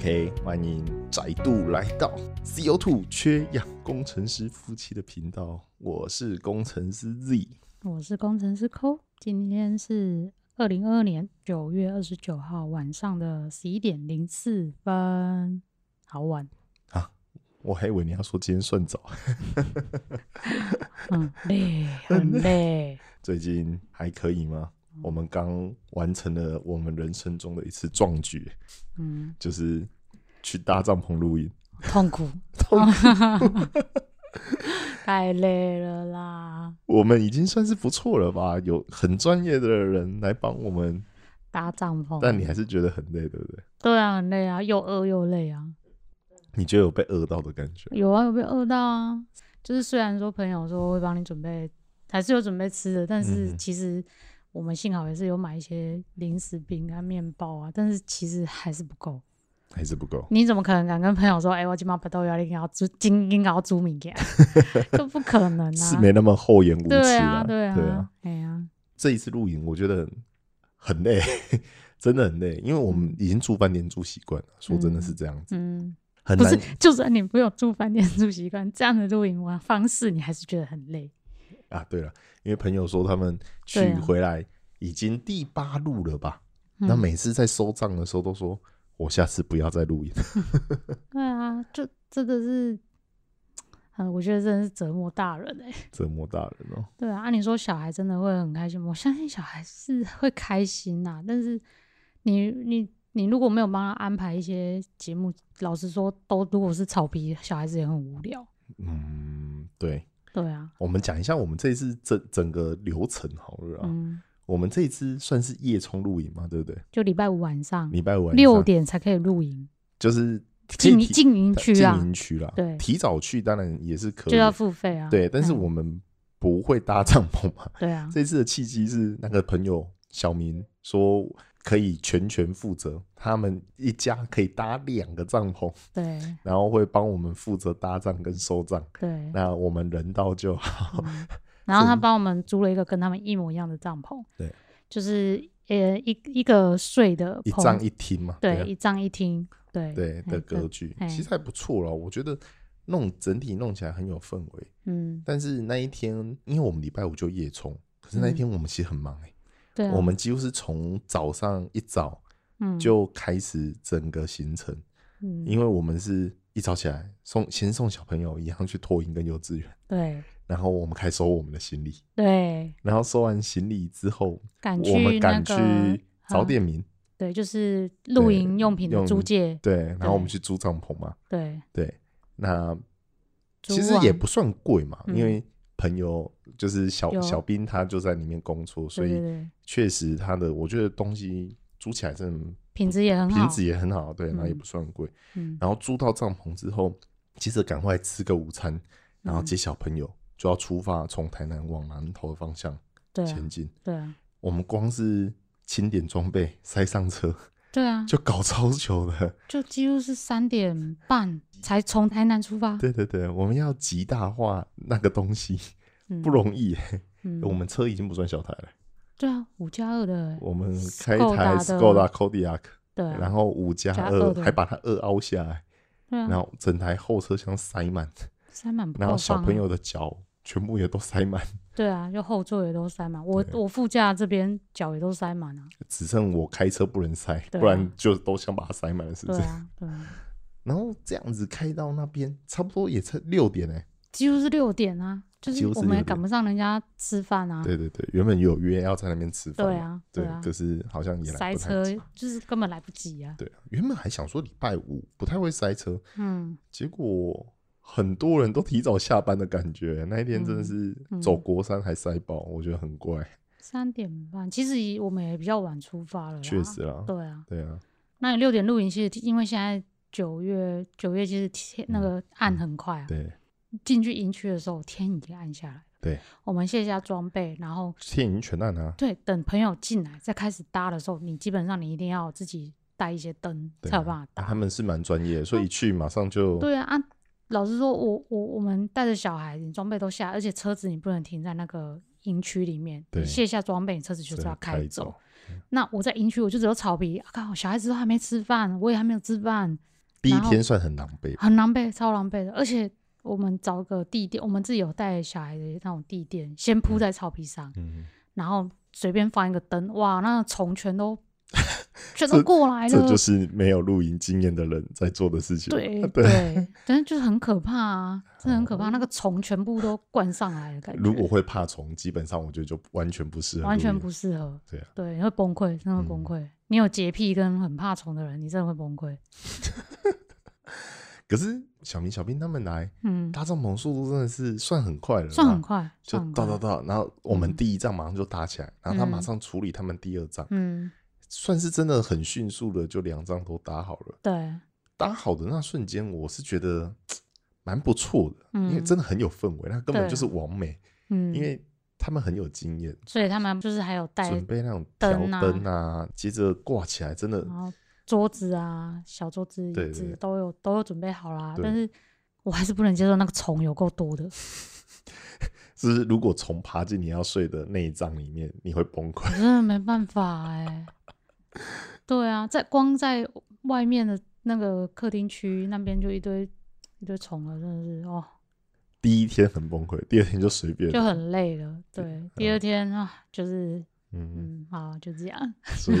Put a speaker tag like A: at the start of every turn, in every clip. A: K，欢迎宅度来到 CO2 缺氧工程师夫妻的频道，我是工程师 Z。
B: 我是工程师 Co，今天是二零二二年九月二十九号晚上的十一点零四分，好晚，
A: 啊我还以为你要说今天算早，
B: 嗯，累，很累，
A: 最近还可以吗？我们刚完成了我们人生中的一次壮举，
B: 嗯，
A: 就是去搭帐篷露营。
B: 痛苦，
A: 痛苦
B: 太累了啦，
A: 我们已经算是不错了吧？有很专业的人来帮我们，
B: 搭帐篷，
A: 但你还是觉得很累，对不对？
B: 对啊，很累啊，又饿又累啊，
A: 你觉得有被饿到的感觉？
B: 有啊，有被饿到啊，就是虽然说朋友说会帮你准备，还是有准备吃的，但
A: 嗯
B: 是
A: 嗯
B: 其实我们幸好也是有买一些零食、饼干、面包啊，但是其实还是不够。
A: 还是不够？
B: 你怎么可能敢跟朋友说，哎、我今晚不到要你要煮，今天要煮米给， 这不可能啊！
A: 是没那么厚颜无耻
B: 对
A: 啦
B: 啊，对啊，
A: 对啊，
B: 哎呀、
A: 这一次露营我觉得很累， 真的很累，因为我们已经住饭店住习惯了，说真的是这样子，
B: 嗯，
A: 很
B: 不
A: 难
B: 是。，就算你没有住饭店住习惯，这样的露营玩方式，你还是觉得很累。
A: 啊，对了，因为朋友说他们去
B: 对啊
A: 回来已经第八路了吧？
B: 嗯
A: 那每次在收账的时候都说，我下次不要再 露营。
B: 对啊，就真的是，啊，我觉得真的是折磨大人哎、
A: 折磨大人哦、
B: 对啊，按你说小孩真的会很开心吗？我相信小孩是 会开心呐、但是你你你如果没有帮他安排一些节目，老实说，都如果是草皮，小孩子也很无聊。
A: 嗯，对，
B: 对啊，
A: 我们讲一下我们这一次整整个流程好了啊。
B: 嗯，
A: 我们这一次算是夜冲露营嘛，对不对？
B: 就礼拜五晚上
A: 礼拜五晚上
B: 六点才可以露营，
A: 就是可以
B: 进
A: 提
B: 进营区
A: 进
B: 啊，
A: 营区啦，
B: 对
A: 提早去当然也是可以
B: 就，要付费啊。
A: 对，但是
B: 嗯
A: 我们不会搭帐篷嘛。
B: 对啊，
A: 这次的契机是那个朋友小明说可以全权负责，他们一家可以搭两个帐篷，
B: 对
A: 然后会帮我们负责搭帐跟收帐。
B: 对，
A: 那我们人到就好，
B: 嗯然后他帮我们租了一个跟他们一模一样的帐篷，
A: 对，
B: 就是呃一一个睡的
A: 一
B: 棚
A: 帐一厅嘛，
B: 对
A: 啊
B: 一帐一厅，对
A: 对
B: 哎
A: 的格局，
B: 哎
A: 其实还不错了，我觉得弄整体弄起来很有氛围。
B: 嗯，
A: 但是那一天，因为我们礼拜五就夜冲，可是那一
B: 嗯
A: 天我们其实很忙哎、
B: 对啊，
A: 我们几乎是从早上一早
B: 嗯
A: 就开始整个行程，
B: 嗯
A: 因为我们是一早起来送先送小朋友一样去托婴跟幼稚园，
B: 对
A: 然后我们开始收我们的行李，
B: 对，
A: 然后收完行李之后，
B: 赶去
A: 我们
B: 那
A: 赶
B: 个
A: 去找
B: 嗯
A: 点名，
B: 对，就是露
A: 对
B: 营用品的
A: 用
B: 租借，
A: 对，然后我们
B: 对
A: 去租帐篷嘛，
B: 对，
A: 对，那
B: 租
A: 其实也
B: 完
A: 不算贵嘛，
B: 嗯
A: 因为朋友就是小
B: 有
A: 小兵他就在里面工作，所
B: 对对
A: 以
B: 对，
A: 确实他的我觉得东西租起来真的
B: 品质也很好，
A: 品质也很好，对，然后也
B: 嗯
A: 不算贵。
B: 嗯
A: 然后租到帐篷之后，其实赶快吃个午餐，然
B: 嗯
A: 后接小朋友就要出发，从台南往南头的方向
B: 对啊
A: 前进。
B: 对啊
A: 我们光是清点装备、塞上车
B: 对啊，
A: 就搞超久了。
B: 就几乎是三点半才从台南出发，
A: 对对对，我们要极大化那个东西
B: 嗯
A: 不容易、欸
B: 嗯
A: 我们车已经不算小台了，
B: 对啊，五加二的，
A: 我们开一
B: Skoda
A: 台
B: 的
A: Skoda Kodiaq，
B: 对啊，
A: 然后五加
B: 加
A: 二
B: 二的
A: 还把它二凹下来，
B: 对
A: 然
B: 啊，
A: 后整台后车厢塞满，
B: 塞满不
A: 然后
B: 够
A: 小
B: 放
A: 朋
B: 啊，
A: 友的脚全部也都塞满。
B: 对啊，就后座也都塞满，我
A: 对
B: 我副驾这边脚也都塞满了，
A: 只剩我开车不能塞，
B: 对啊
A: 不然就都想把它塞满了，是不
B: 对
A: 是？
B: 啊对啊。
A: 然后这样子开到那边，差不多也才六点哎、
B: 几乎是六点啊，就
A: 几
B: 是
A: 乎是
B: 我们
A: 6
B: 也
A: 点
B: 赶不上人家吃饭啊。
A: 对对对，原本有约要在那边吃饭嘛，
B: 对
A: 对
B: 啊，啊，
A: 可是好像也来
B: 塞
A: 不太
B: 车
A: 及。
B: 就是根本来不及啊。
A: 对啊，原本还想说礼拜五不太会塞车，
B: 嗯，
A: 结果很多人都提早下班的感觉。那一天真的是
B: 嗯嗯嗯
A: 走国山还塞爆，我觉得很怪，
B: 三点半，其实也我们也比较晚出发了。
A: 确。实啦。
B: 对啊，
A: 对啊，
B: 那你六点露营，其实因为现在九月九月其实天那个暗很快啊，
A: 嗯对，
B: 进去营区的时候天已经暗下来了。
A: 对，
B: 我们卸下装备，然后
A: 天已经全暗啊，
B: 对等朋友进来再开始搭的时候，你基本上你一定要自己带一些灯
A: 对啊
B: 才有办法
A: 啊
B: 搭。
A: 他们是蛮专业的，所以一去马上就
B: 对啊，啊，老实说，我我我们带着小孩，你装备都下，而且车子你不能停在那个营区里面，
A: 对
B: 你卸下装备，你车子就是要
A: 开
B: 走。那我在营区，我就只有草皮，啊，靠，小孩子都还没吃饭，我也还没有吃饭，
A: 第一
B: 然后
A: 天算很狼狈吧，
B: 很狼狈，超狼狈的。而且我们找个地垫，我们自己有带小孩的那种地垫，先铺在草皮上，
A: 嗯，
B: 然后随便放一个灯，哇，那虫全 都全
A: 这
B: 都过来了，
A: 这就是没有露营经验的人在做的事情。
B: 对
A: 啊 对，哦
B: 对，但是就是很可怕啊，真的很可怕，那个虫全部都灌上来的感觉，
A: 如果会怕虫，基本上我觉得就完全不适合露营，
B: 完全不适合，
A: 对啊
B: 对，你会崩溃，真的会崩
A: 嗯
B: 溃。你有洁癖跟很怕虫的人，你真的会崩溃。
A: 可是小明、小兵他们来
B: 嗯，
A: 搭帐篷速度真的是算很快了啦，
B: 算很快，
A: 就
B: 算很
A: 到到
B: 快，
A: 到，然后我们
B: 嗯
A: 第一仗马上就打起来，然后他马
B: 嗯
A: 上处理他们第二仗，
B: 嗯，
A: 算是真的很迅速的，就两仗都打好了。
B: 对，
A: 搭好的那瞬间，我是觉得蛮不错的，因为
B: 嗯
A: 真的很有氛围，那根本
B: 对
A: 就是完美，
B: 嗯，
A: 因为他们很有经验，
B: 所以他们就是还有带
A: 准备那种调
B: 哎灯啊哦
A: 灯啊，接着挂起来，真的
B: 然后桌子啊、小桌子、
A: 对对
B: 椅子都有都有准备好啦，
A: 对
B: 但是我还是不能接受那个虫有够多的，
A: 就是如果虫爬进你要睡的那一帐里面，你会崩溃
B: 我。真的没办法哎、对啊，在光在外面的那个客厅区那边就一堆一堆虫了，真的是哦，
A: 第一天很崩溃，第二天就随便了，
B: 就很累了。对，第二天啊，就是
A: 嗯，
B: 嗯，好，就这样。
A: 所 以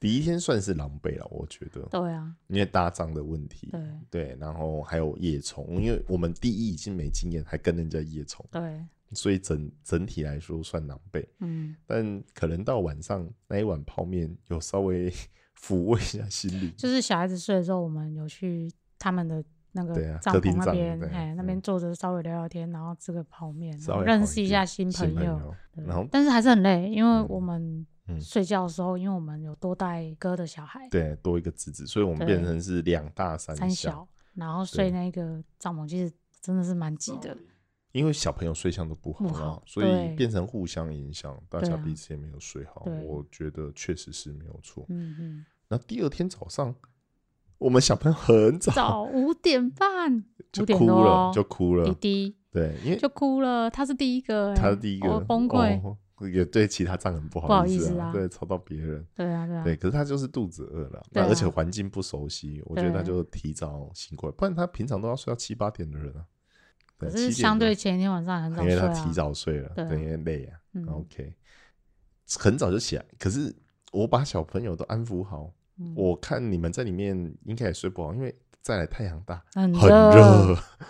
A: 第一天算是狼狈了，我觉得，
B: 对啊，
A: 因为搭帐的问题，
B: 对
A: 对，然后还有夜虫，因为我们第一已经没经验，还跟人家夜虫，
B: 对，
A: 所以整整体来说算狼狈。
B: 嗯，
A: 但可能到晚上那一碗泡面有稍微 抚慰一下心理，
B: 就是小孩子睡的时候，我们有去他们的那个
A: 对啊
B: 帐
A: 客
B: 篷
A: 厅
B: 那
A: 帐
B: 边
A: 对，
B: 哎，那边
A: 嗯
B: 坐着稍微聊聊天，然后吃个泡面，然
A: 稍
B: 后
A: 微
B: 认
A: 好
B: 识
A: 一点
B: 一下新
A: 新
B: 朋
A: 朋
B: 友。
A: 友。
B: 对
A: 然后
B: 但是还是很累，因为我
A: 嗯
B: 们
A: 嗯
B: 睡觉的时候，因为我们有多带哥的小孩，
A: 对多一个侄子，所以我们
B: 对
A: 变成是两大三
B: 三
A: 小，
B: 小，然后睡
A: 对
B: 那个帐篷，其实真的是蛮挤的。
A: 因为小朋友睡相都不好
B: 不
A: 啊，
B: 好
A: 所以
B: 对
A: 变成互相影响，大
B: 对
A: 家
B: 啊
A: 彼此也没有睡好。
B: 对
A: 我觉得确实是没有错。
B: 嗯嗯，
A: 那第二天早上，我们小朋友很早
B: 早五点半，
A: 就
B: 五点
A: 哭
B: 多
A: 了，
B: 哦
A: 就哭
B: 弟
A: 了。
B: 弟
A: 对，因为
B: 就哭了，他是第一个、欸，
A: 他第一个、
B: 我崩溃。
A: 哦也对其他丈人不
B: 不好
A: 意
B: 意思
A: 啊，
B: 啊
A: 对，吵到别人。
B: 对啊，对啊，
A: 对，可是他就是肚子饿了，那
B: 对啊
A: 而且环境不熟悉，我觉得他
B: 对
A: 就提早醒过来，不然他平常都要睡到七八点的人啊。
B: 可
A: 对
B: 是
A: 7点
B: 相
A: 多
B: 对前一天晚上很早
A: 因
B: 睡
A: 为
B: 啊，
A: 他提早睡了，
B: 对啊
A: 对，因为累啊。
B: 嗯，
A: OK，很早就起来，可是我把小朋友都安抚好，
B: 嗯
A: 我看你们在里面应该也睡不好，因为再来太阳大，
B: 很
A: 很
B: 热，
A: 热。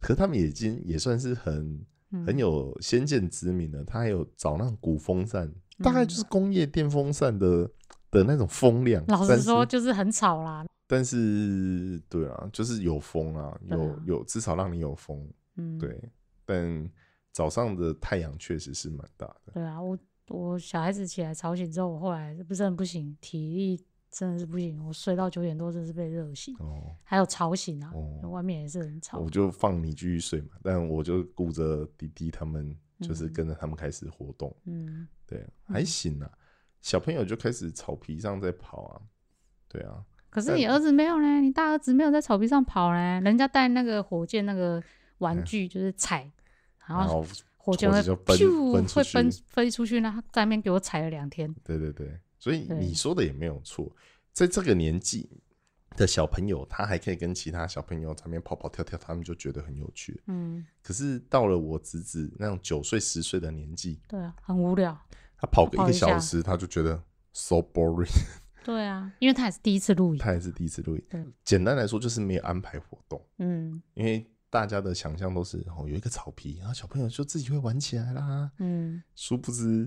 A: 可是他们已经也算是很很
B: 嗯
A: 有先见之明了，他还有找那种鼓风扇，
B: 嗯
A: 大概就是工业电风扇的的那种风量。
B: 老
A: 但是
B: 实说，就是很吵啦，
A: 但是对啊，就是有风啊，
B: 对
A: 有
B: 啊
A: 有至少让你有风，
B: 嗯，
A: 对。但早上的太阳确实是蛮大的，
B: 对啊，我我小孩子起来吵醒之后，我后来不是很不行，体力真的是不行，我睡到九点多真的是被热醒，
A: 哦。
B: 还有吵醒啊，
A: 哦
B: 外面也是很吵
A: 我，就放你继续睡嘛，但我就顾着弟弟他们，就是跟着他们开始活动，
B: 嗯，
A: 对，还行啊。小朋友就开始草皮上在跑啊，对啊，
B: 可是
A: 但
B: 你儿子没有呢，你大儿子没有在草皮上跑呢，人家带那个火箭那个玩具就是踩，然
A: 哎然
B: 后
A: 后
B: 火箭会
A: 火箭就奔
B: 咻
A: 奔出
B: 会
A: 去
B: 奔飞出去，那他在那边给我踩了两天，
A: 对对对，所以
B: 对
A: 你说的也没有错，在这个年纪的小朋友，他还可以跟其他小朋友在那边跑跑跳跳，他们就觉得很有趣。
B: 嗯，
A: 可是到了我侄子那种九岁十岁的年纪，
B: 对啊，很无聊。
A: 他跑个一
B: 跑
A: 个
B: 一下
A: 小时，他就觉得 so boring。
B: 对啊，因为他也是第一次露营。
A: 他也是第一次录
B: 对
A: 影。简单来说，就是没有安排活动，
B: 嗯
A: 因为大家的想象都是哦，有一个草皮，然后小朋友就自己会玩起来啦。
B: 嗯
A: 殊不知，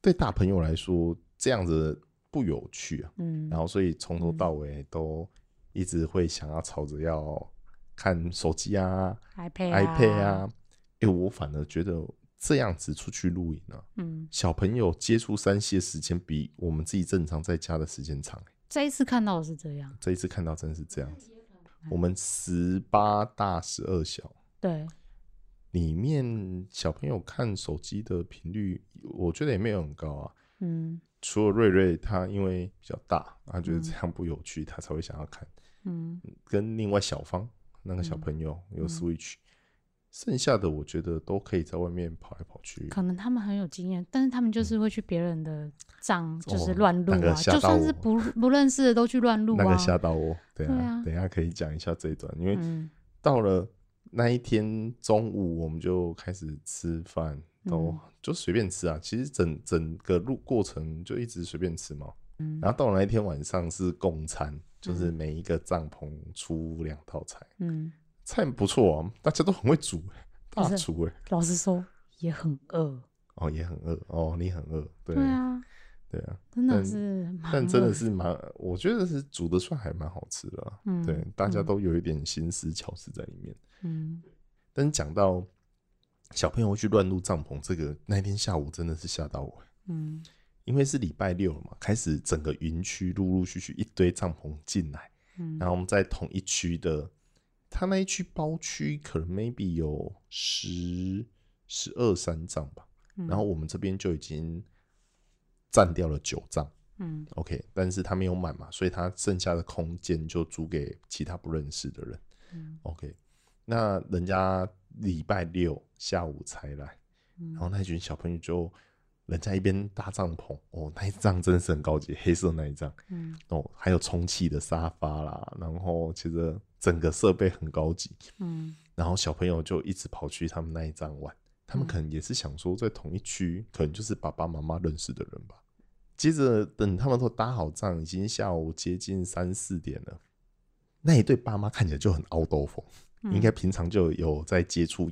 A: 对大朋友来说，这样子不有趣啊。
B: 嗯
A: 然后，所以从头到尾都一直会想要吵着要看手机啊、
B: ，iPad 啊
A: iPad，啊。哎、我反而觉得这样子出去露营啊，
B: 嗯，
A: 小朋友接触三 C 的时间比我们自己正常在家的时间长、
B: 这一次看到的是这样，
A: 这一次看到真是这样子。我们十八大十二小
B: 对，
A: 里面，小朋友看手机的频率，我觉得也没有很高啊。
B: 嗯
A: 除了瑞瑞，他因为比较大，他觉得这样不有趣，他才会想要看。
B: 嗯
A: 跟另外小芳那个小朋友有 Switch，、剩下的我觉得都可以在外面跑来跑去。
B: 可能他们很有经验，但是他们就是会去别人的账，就是
A: 哦
B: 乱录
A: 那个
B: 啊，
A: 吓
B: 就
A: 到
B: 算是
A: 我
B: 不不认识的都去乱录
A: 那
B: 啊
A: 个。吓到我，等一下、
B: 对啊
A: 等一下可以讲一下这一段，因为
B: 嗯，
A: 到了那一天中午，我们就开始吃饭，都、
B: 嗯
A: 就随便吃啊。其实整整个路过程就一直随便吃嘛。
B: 嗯
A: 然后到了那一天晚上是共餐，就是每一个帐篷出两道菜，
B: 嗯，
A: 菜不错啊，大家都很会煮，大
B: 是
A: 厨哎、
B: 老实说也很饿。
A: 哦也很饿哦，你很饿，对
B: 对啊，
A: 对啊，
B: 真的
A: 但
B: 是蛮饿，
A: 但真的是蛮，我觉得是煮的算还蛮好吃的、啊，
B: 嗯
A: 对，大家
B: 嗯
A: 都有一点心思巧思在里面。
B: 嗯，
A: 但是讲到小朋友会去乱入帐篷，这个那天下午真的是吓到我，
B: 嗯
A: 因为是礼拜六了嘛，开始整个云区陆陆续续一堆帐篷进来，
B: 嗯
A: 然后我们在同一区的，他那一区包区可能 maybe 有十十二三帐吧，
B: 嗯
A: 然后我们这边就已经占掉了九帐。
B: 嗯
A: OK，但是他没有满嘛，所以他剩下的空间就租给其他不认识的人。
B: 嗯
A: OK，那人家礼拜六下午才来，
B: 嗯
A: 然后那群小朋友就人家一边搭帐篷，哦，那一帐真的是很高级，黑色那一帐
B: 嗯
A: 哦，还有充气的沙发啦，然后其实整个设备很高级，
B: 嗯
A: 然后小朋友就一直跑去他们那一站玩，他们可能也是想说在同一区，可能就是爸爸妈妈认识的人吧。接着等他们都搭好帐，已经下午接近三四点了。那一对爸妈看起来就很凹兜风，
B: 嗯
A: 应该平常就有在接触，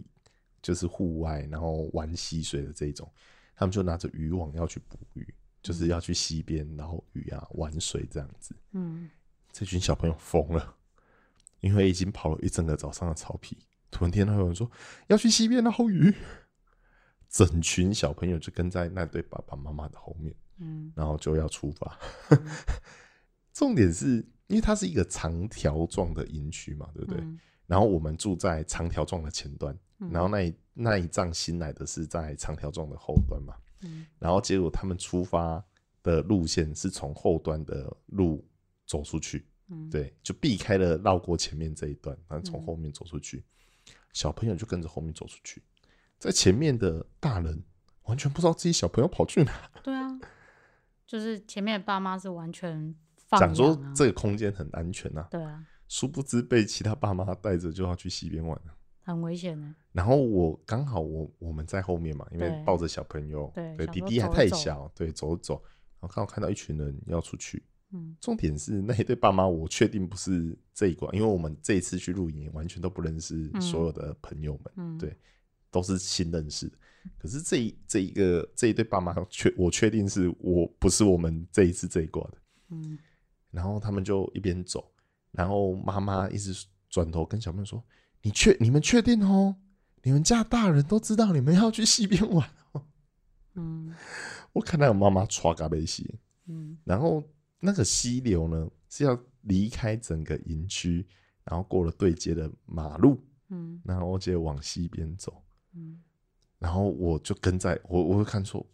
A: 就是户外然后玩溪水的这一种，他们就拿着渔网要去捕鱼，就是要去溪边然后鱼啊玩水这样子。
B: 嗯
A: 这群小朋友疯了，因为已经跑了一整个早上的草皮，突然听到有人说要去西边捞鱼，整群小朋友就跟在那对爸爸妈妈的后面，
B: 嗯
A: 然后就要出发。 重点是因为它是一个长条状的营区嘛，对不对？
B: 嗯
A: 然后我们住在长条状的前端，
B: 嗯
A: 然后那一那一仗新来的是在长条状的后端嘛，
B: 嗯
A: 然后结果他们出发的路线是从后端的路走出去，
B: 嗯
A: 对，就避开了绕过前面这一段，然后从
B: 嗯
A: 后面走出去，小朋友就跟着后面走出去，在前面的大人完全不知道自己小朋友跑去哪，
B: 对啊，就是前面的爸妈是完全放
A: 讲说
B: 养啊
A: 这个空间很安全啊，
B: 对啊，
A: 殊不知被其他爸妈带着就要去西边玩了。
B: 很危险的，
A: 然后我刚好我我们在后面嘛，因为
B: 对
A: 抱着小朋友，
B: 对想
A: 弟
B: 说
A: 弟还
B: 走一
A: 太
B: 走
A: 小，对，走一走，然后刚好看到一群人要出去，
B: 嗯
A: 重点是那一对爸妈，我确定不是这一关，因为我们这一次去露营，完全都不认识所有的朋友们，
B: 嗯
A: 对都是新认识的。可是这一这一个这一对爸妈，确我确定是我不是我们这一次这一挂的。
B: 嗯
A: 然后他们就一边走，然后妈妈一直转头跟小朋友说：“你确你们确定哦？你们家大人都知道你们要去西边玩 哦。
B: 嗯”
A: 我看到有妈妈刷嘎贝西，
B: 嗯
A: 然后那个溪流呢是要离开整个营区，然后过了对接的马路，
B: 嗯
A: 然后接着往西边走。
B: 嗯
A: 然后我就跟在我，我就看说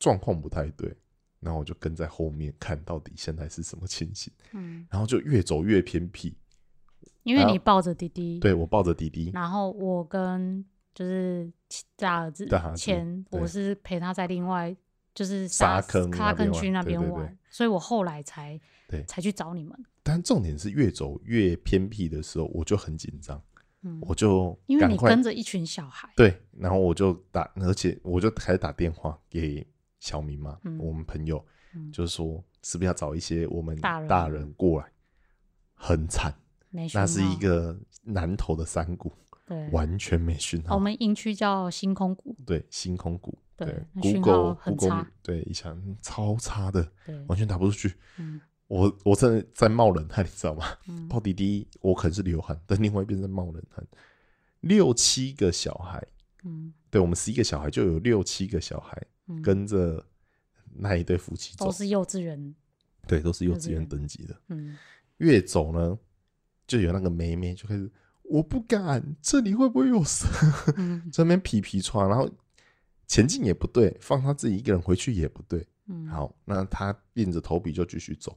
A: 状况不太对，然后我就跟在后面看到底现在是什么情形，
B: 嗯，
A: 然后就越走越偏僻。
B: 因为
A: 然
B: 你
A: 后
B: 抱着弟弟，
A: 对我抱着弟弟，
B: 然后我跟就是其大儿子
A: 大儿子
B: 前，
A: 对
B: 我是陪他在另外就是
A: 沙
B: 沙
A: 坑那
B: 沙
A: 边
B: 坑区
A: 玩
B: 那
A: 对
B: 边
A: 对对
B: 玩，所以我后来才
A: 对
B: 才去找你们，
A: 但重点是越走越偏僻的时候，我就很紧张，
B: 嗯，
A: 我就
B: 因为
A: 赶
B: 你
A: 快
B: 跟着一群小孩，
A: 对，然后我就打，而且我就开始打电话给小明嘛，
B: 嗯
A: 我们朋友，
B: 嗯
A: 就是说是不是要找一些我们
B: 大人
A: 大人过来？很惨，
B: 没讯
A: 那
B: 号，
A: 是一个南投的山谷，
B: 对，
A: 完全没讯
B: 我
A: 号。
B: 们营区叫星空谷，
A: 对，星空谷，
B: 对
A: 对
B: 那讯
A: ，Google
B: 号很
A: Google
B: 差
A: 对一下嗯超差的，
B: 对，
A: 完全打不出去。
B: 嗯
A: 我我真的在冒冷汗，你知道吗？
B: 嗯
A: 抱弟弟，我可能是流汗，但另外一边在冒冷汗。六七个小孩，
B: 嗯
A: 对我们十一个小孩就有六七个小孩，
B: 嗯，
A: 跟着那一对夫妻走
B: 都，是幼稚园，
A: 对，都是幼稚
B: 幼稚
A: 园
B: 园
A: 等级的。
B: 嗯
A: 越走呢，就有那个妹妹就开始，我不敢，这里会不会有蛇？
B: 嗯
A: 这边皮皮穿，然后前进也不对，放他自己一个人回去也不对。
B: 嗯，
A: 好，那他硬着头皮就继续走，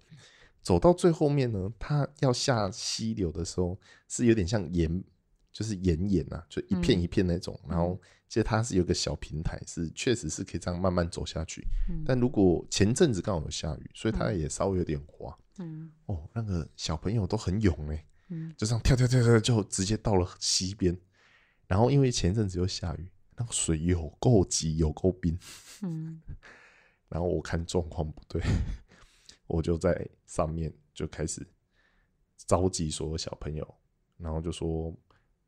A: 走到最后面呢，他要下溪流的时候是有点像岩，就是眼眼啊，就一片一片那种。然后其实它是有个小平台，是确实是可以这样慢慢走下去。
B: 嗯
A: 但如果前阵子刚好有下雨，所以它也稍微有点滑。
B: 嗯
A: 哦，那个小朋友都很勇哎、
B: 嗯
A: 就这样跳跳跳跳，就直接到了溪边。然后因为前阵子又下雨，那个水有够急，有够冰。
B: 嗯
A: 然后我看状况不对，我就在上面就开始召集所有小朋友，然后就说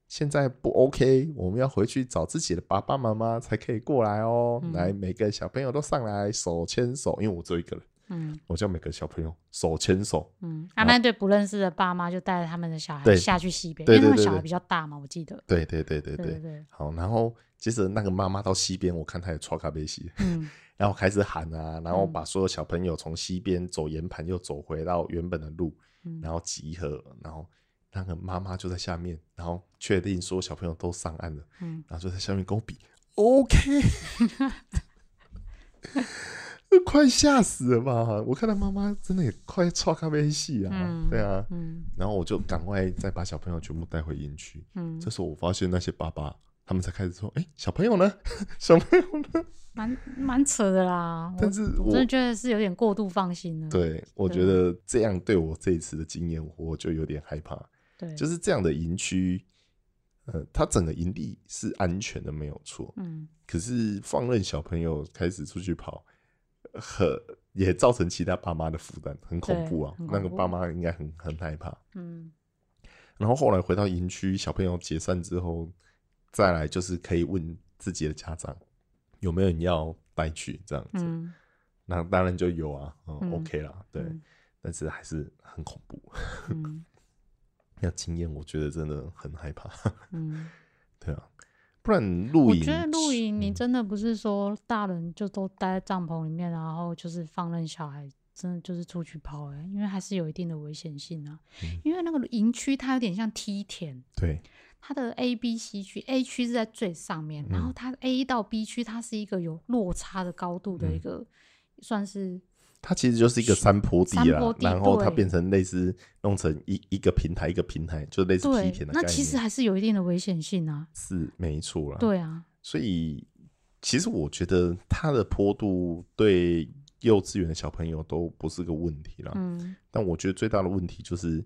A: 现在不 OK，我们要回去找自己的爸爸妈妈才可以过来哦。
B: 嗯
A: 来，每个小朋友都上来手牵手，因为我只有一个人，
B: 嗯
A: 我叫每个小朋友手牵手。
B: 嗯，啊，那对不认识的爸妈就带着他们的小孩
A: 对
B: 下去西边，因
A: 对对
B: 为他们
A: 对
B: 小孩
A: 对
B: 比较大嘛，我记得。
A: 对对对对
B: 对
A: 对，
B: 对，
A: 好。然后接着那个妈妈到西边，我看她也刷咖啡西，
B: 嗯
A: 然后开始喊啊，然后
B: 嗯
A: 把所有小朋友从西边走沿盘又走回到原本的路，
B: 嗯
A: 然后集合，然后那个妈妈就在下面，然后确定所有小朋友都上岸了，
B: 嗯，
A: 然后就在下面跟我比，OK，快吓死了吧！我看到妈妈真的也快岔咖啡戏啊，
B: 嗯
A: 对啊，
B: 嗯
A: 然后我就赶快再把小朋友全部带回营区。
B: 嗯
A: 这，时候我发现那些爸爸他们才开始说：“哎、小朋友呢？ 小朋友呢
B: 蛮蛮扯的啦？”。我
A: 但是
B: 我真的觉得是有点过度放心了。
A: 对，我
B: 对
A: 觉得这样对我这一次的经验，我就有点害怕。
B: 对，
A: 就是这样的营区，呃，它整个营地是安全的，没有错。
B: 嗯
A: 可是放任小朋友开始出去跑，很也造成其他爸妈的负担，很恐怖啊
B: 对！很
A: 那个
B: 恐怖
A: 爸妈应该很很害怕。
B: 嗯
A: 然后后来回到营区，小朋友解散之后，再来就是可以问自己的家长有没有人要带去这样子。
B: 嗯，
A: 那当然就有啊，嗯
B: 嗯
A: o k 啦，对。
B: 嗯
A: 但是还是很恐怖。
B: 嗯
A: 那经验我觉得真的很害怕，
B: 嗯，
A: 对啊，不然露
B: 我
A: 营，嗯
B: 觉得露营你真的不是说大人就都待在帐篷里面，然后就是放任小孩。真的就是出去跑哎、因为还是有一定的危险性啊。
A: 嗯
B: 因为那个营区它有点像梯田，
A: 对
B: 它的 A、B、C 区，A 区是在最上面，然
A: 嗯
B: 后它 A 到 B 区它是一个有落差的高度
A: 嗯
B: 的一个，算是
A: 它其实就是一个山坡地啦，
B: 山坡地
A: 然后它
B: 对
A: 变成类似弄成一一个平台一个平台，就类似
B: 对
A: 梯田，的概念，
B: 那其实还是有一定的危险性啊。
A: 是没错啦。，
B: 对啊，
A: 所以其实我觉得它的坡度对幼稚园的小朋友都不是个问题啦，
B: 嗯，
A: 但我觉得最大的问题就是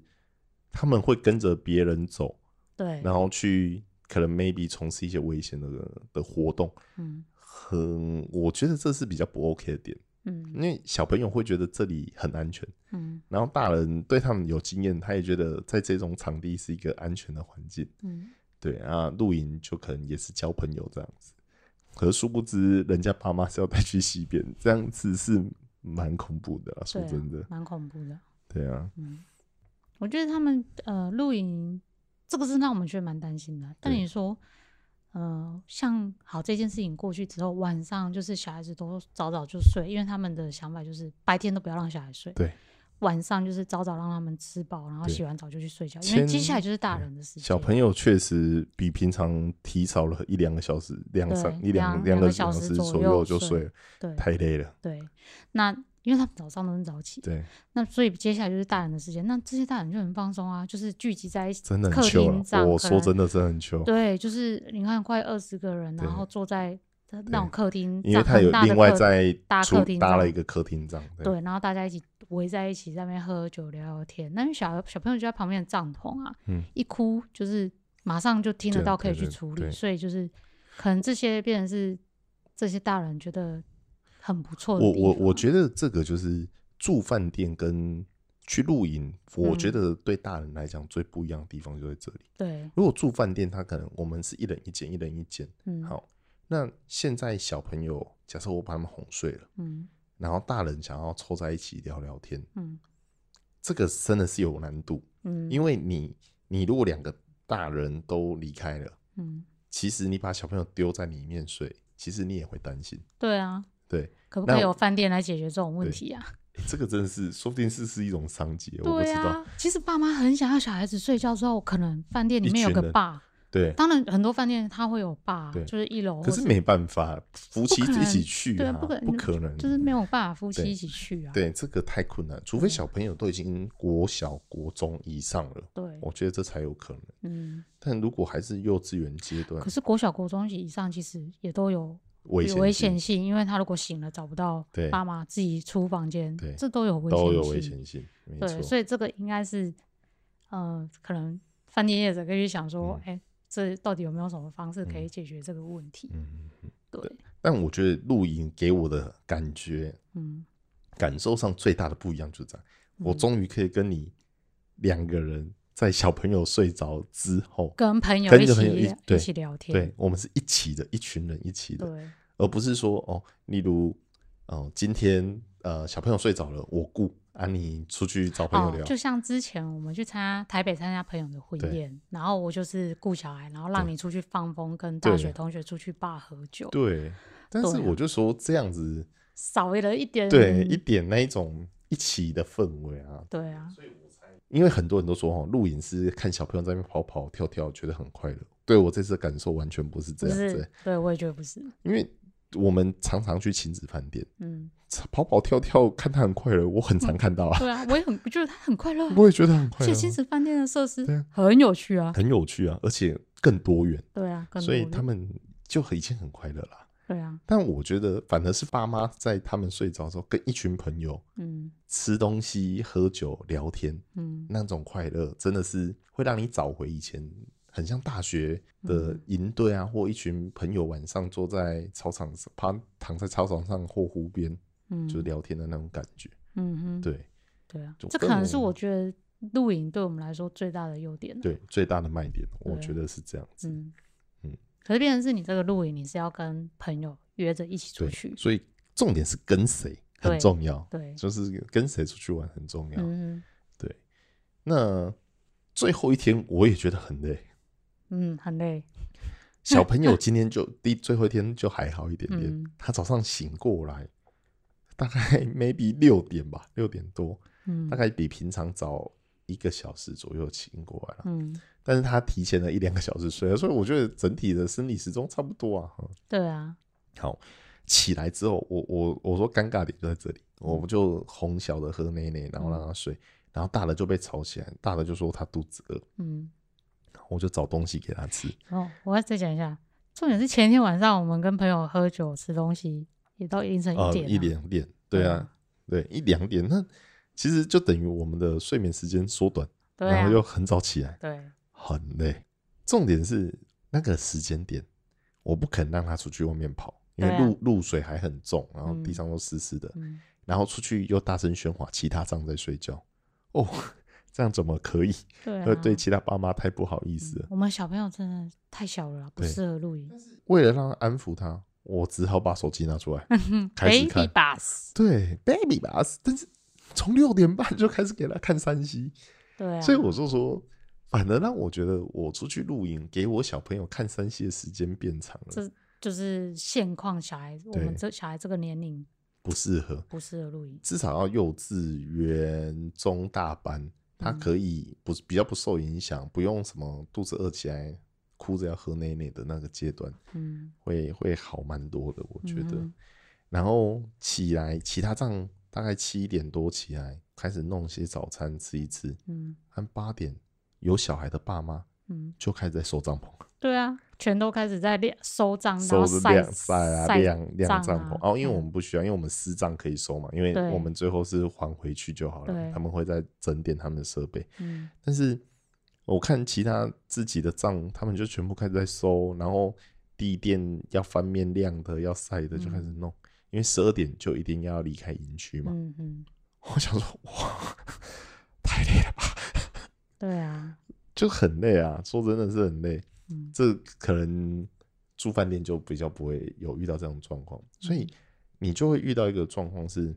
A: 他们会跟着别人走，
B: 对，
A: 然后去可能 maybe 从事一些危险的的活动。
B: 嗯
A: 很，我觉得这是比较不 OK 的点，
B: 嗯
A: 因为小朋友会觉得这里很安全，
B: 嗯
A: 然后大人对他们有经验，他也觉得在这种场地是一个安全的环境。
B: 嗯，
A: 对啊，露营就可能也是交朋友这样子，可是殊不知人家爸妈是要带去西边，这样子是蛮恐怖的、啊。说
B: 对啊
A: 真的，
B: 蛮恐怖的。
A: 对啊，
B: 嗯，我觉得他们呃露营这个是让我们觉得蛮担心的。啊但
A: 对
B: 你说，呃，像好这件事情过去之后，晚上就是小孩子都早早就睡，因为他们的想法就是白天都不要让小孩睡，
A: 对，
B: 晚上就是早早让他们吃饱，然后
A: 对
B: 洗完澡就去睡觉，因为接
A: 千
B: 下来就是大人的事情。
A: 小朋友确实比平常提早了一两个小时，两
B: 对
A: 三一
B: 两
A: 两
B: 两
A: 个
B: 个小时
A: 时
B: 左
A: 左
B: 右
A: 右就
B: 睡嗯
A: 睡了，
B: 对
A: 太累了。
B: 对，那因为他们早上都很早起，
A: 对，
B: 那所以接下来就是大人的时间，那这些大人就很放松啊，就是聚集在一起，
A: 真的
B: 客
A: 很糗
B: 厅
A: 了。
B: 上，
A: 我
B: 可
A: 说
B: 能
A: 真的，真的很糗。
B: 对，就是你看快二十个人，然
A: 对
B: 后坐在那种客厅，
A: 因为
B: 这
A: 他
B: 样
A: 有
B: 很大的
A: 另外
B: 客
A: 在
B: 大
A: 出
B: 客厅
A: 搭
B: 这
A: 了
B: 样
A: 一个客厅这样，对
B: 对，然后大家一起围在一起，在那边喝酒聊聊天。那因为小小朋友就在旁边的帐篷啊，
A: 嗯
B: 一哭就是马上就听得
A: 对啊
B: 到，可以
A: 对
B: 去
A: 对
B: 处理，
A: 对
B: 所以就是可能这些变成是这些大人觉得很不错的
A: 我
B: 哦地
A: 我我
B: 方
A: 觉得这个就是住饭店跟去露营，我觉
B: 嗯
A: 得对大人来讲最不一样的地方就在这里。
B: 对，
A: 如果住饭店，他可能我们是一人一间，一人一间。
B: 嗯，
A: 好，那现在小朋友，假设我把他们哄睡了，
B: 嗯
A: 然后大人想要凑在一起聊聊天，
B: 嗯
A: 这个真的是有难度，
B: 嗯，
A: 因为你你如果两个大人都离开了。
B: 嗯，
A: 其实你把小朋友丢在里面睡，其实你也会担心。
B: 对啊，
A: 对，
B: 可不
A: 那
B: 可以
A: 我
B: 有饭店来解决这种问
A: 对
B: 题啊？
A: 诶这个真的是，说不定是是一种商机，我不
B: 对啊
A: 知道。
B: 啊，其实爸妈很想要小孩子睡觉之后，可能饭店里
A: 一
B: 面有
A: 群
B: 个
A: 人
B: 爸，
A: 对，
B: 当然，很多饭店它会有吧
A: 对，
B: 就是一楼或，
A: 可是没办法，夫妻
B: 哦不可
A: 一起
B: 能
A: 去
B: 对
A: 啊，
B: 啊不可
A: 不可能，
B: 就是嗯没有办法夫妻
A: 对
B: 一起去啊。
A: 对这个太困难，除非小朋友都已经国小、国中以上了，
B: 对，
A: 我觉得这才有可能。
B: 嗯。
A: 但如果还是幼稚园阶段
B: 可，是国小、国中以上其实也都有
A: 危
B: 有
A: 险
B: 危
A: 性
B: 险性，因为他如果醒了找不到
A: 对
B: 爸妈，自己出房间
A: 对，
B: 这都有危险性。
A: 都有危险性，没
B: 对，
A: 错。
B: 所以这个应该是，呃，可能饭店业者可以去想说，哎、这到底有没有什么方式可以解决这个问题？
A: 嗯，
B: 对，
A: 但我觉得露营给我的感觉、
B: 嗯，
A: 感受上最大的不一样就是这样，我终于可以跟你两个人在小朋友睡着之后，
B: 跟朋友
A: 跟
B: 一
A: 着朋友一
B: 起
A: 对
B: 起聊天，
A: 对我们是一起的，一群人一起的，
B: 对
A: 而不是说哦，例如，哦，今天呃小朋友睡着了，我顾啊，你出去找朋友
B: 哦，
A: 聊，
B: 就像之前我们去参加台北参加朋友的婚
A: 对
B: 宴，然后我就是顾小孩，然后让
A: 对
B: 你出去放风，跟大
A: 对
B: 学同学出去爸喝酒，
A: 对。但是
B: 对啊
A: 我就说这样子，
B: 少了一点，啊
A: 对一点那一种一起的氛围啊，
B: 对啊，
A: 因为很多人都说哦，露营是看小朋友在那边跑跑跳跳，觉得很快乐。对我这次的感受完全不是这
B: 不
A: 样子、
B: 是，对我也觉得不是，
A: 因为我们常常去亲子饭店，
B: 嗯，
A: 跑跑跳跳，看他很快乐，我很常看到 啊，
B: 对啊，我也很觉得他很快乐啊，
A: 我也觉得很快
B: 而
A: 乐
B: 且
A: 啊，
B: 亲子饭店的设施
A: 对啊
B: 很有趣啊，
A: 很有趣啊，而且更多元，
B: 对啊，更
A: 所以
B: 多
A: 他们就已经很快乐啦。
B: 对啊，
A: 但我觉得反而是爸妈在他们睡着的时候，跟一群朋友
B: 嗯
A: 吃东西、喝酒、聊天，
B: 嗯，
A: 那种快乐真的是会让你找回以前很像大学
B: 嗯
A: 的营队啊，或一群朋友晚上坐在操场上趴躺在操场上或湖边，
B: 嗯
A: 就是聊天的那种感觉。
B: 嗯哼，
A: 对
B: 对啊
A: 就，
B: 这可
A: 跟
B: 能是
A: 我
B: 我觉得露营对我们来说最大的优点、啊。，
A: 对，最大的卖点，我
B: 对
A: 觉得是这样子。
B: 嗯
A: 嗯
B: 可是变成是你这个露营，你是要跟朋友约着一起出
A: 对
B: 去，，
A: 所以重点是跟谁很
B: 对
A: 重要，
B: 对，
A: 就是跟谁出去玩很重要。
B: 嗯
A: 对，那最后一天我也觉得很累。
B: 嗯，很累，
A: 小朋友今天就第最后一天就还好一点点，
B: 嗯
A: 他早上醒过来，大概 maybe 六点吧，六点多，
B: 嗯
A: 大概比平常早一个小时左右醒过来了。
B: 嗯，
A: 但是他提前了一两个小时睡了，所以我觉得整体的生理时钟差不多啊。嗯
B: 对啊，
A: 好，起来之后，我我我说尴尬点就在这里，我
B: 嗯
A: 们就哄小的喝奶奶，然后让他睡，然后大的就被吵起来，大的就说他肚子饿，
B: 嗯，
A: 我就找东西给他吃。
B: 哦，我要再讲一下，重点是前天晚上我们跟朋友喝酒吃东西，也到凌晨一
A: 啊，
B: 点、啊嗯
A: 一两点，对啊，对，一两点，那其实就等于我们的睡眠时间缩短，
B: 对
A: 然
B: 啊
A: 后，又很早起来，
B: 对，
A: 很累。重点是那个时间点，我不肯让他出去外面跑，因为
B: 对啊
A: 露、露水还很重，然后地
B: 嗯
A: 上都湿湿的，
B: 嗯，
A: 然后出去又大声喧哗，其他帐在睡觉，哦， 这样怎么可以？
B: 对啊，
A: 呃，对其他爸妈太不好意思了。
B: 我们小朋友真的太小了啦，啊不
A: 对
B: 适合露营。
A: 为了让他安抚他，我只好把手机拿出来，
B: 嗯
A: 开始
B: Baby
A: 看
B: Bus，
A: 对，baby 吧，但是从六点半就开始给他看山西，
B: 对啊，
A: 所以我就说，反而让我觉得我出去露营，给我小朋友看山西的时间变长了，
B: 这就是现况，小孩我
A: 对
B: 们这小孩这个年龄
A: 不适合，
B: 不适合露营。
A: 至少要幼稚园中大班，他
B: 嗯
A: 可以不比较不受影响，不用什么肚子饿起来哭着要喝奶奶的那个阶段，
B: 嗯，
A: 会会好蛮多的，我觉得。
B: 嗯哼
A: 然后起来，其他帐大概七点多起来，开始弄些早餐吃一吃。
B: 嗯
A: 按八点，有小孩的爸妈
B: 嗯，
A: 就开始在收帐篷，
B: 对啊，全都开始在晾收账，然
A: 收
B: 后
A: 着
B: 晒
A: 晾晒啊，晾晾帐篷。
B: 啊
A: 哦，因为我
B: 嗯
A: 们不需要，因为我们私帐可以收嘛，因为
B: 对
A: 我们最后是还回去就好了。
B: 对
A: 他们会再整点他们的设备，
B: 嗯
A: 但是我看其他自己的帐，他们就全部开始在收，然后地垫要翻面晾的，要晒的就开始弄。因为十二点就一定要离开营区嘛，
B: 嗯嗯，
A: 我想说哇，太累了吧，
B: 对啊，
A: 就很累啊，说真的是很累。
B: 嗯
A: 这可能住饭店就比较不会有遇到这种状况，所
B: 嗯
A: 以你就会遇到一个状况是，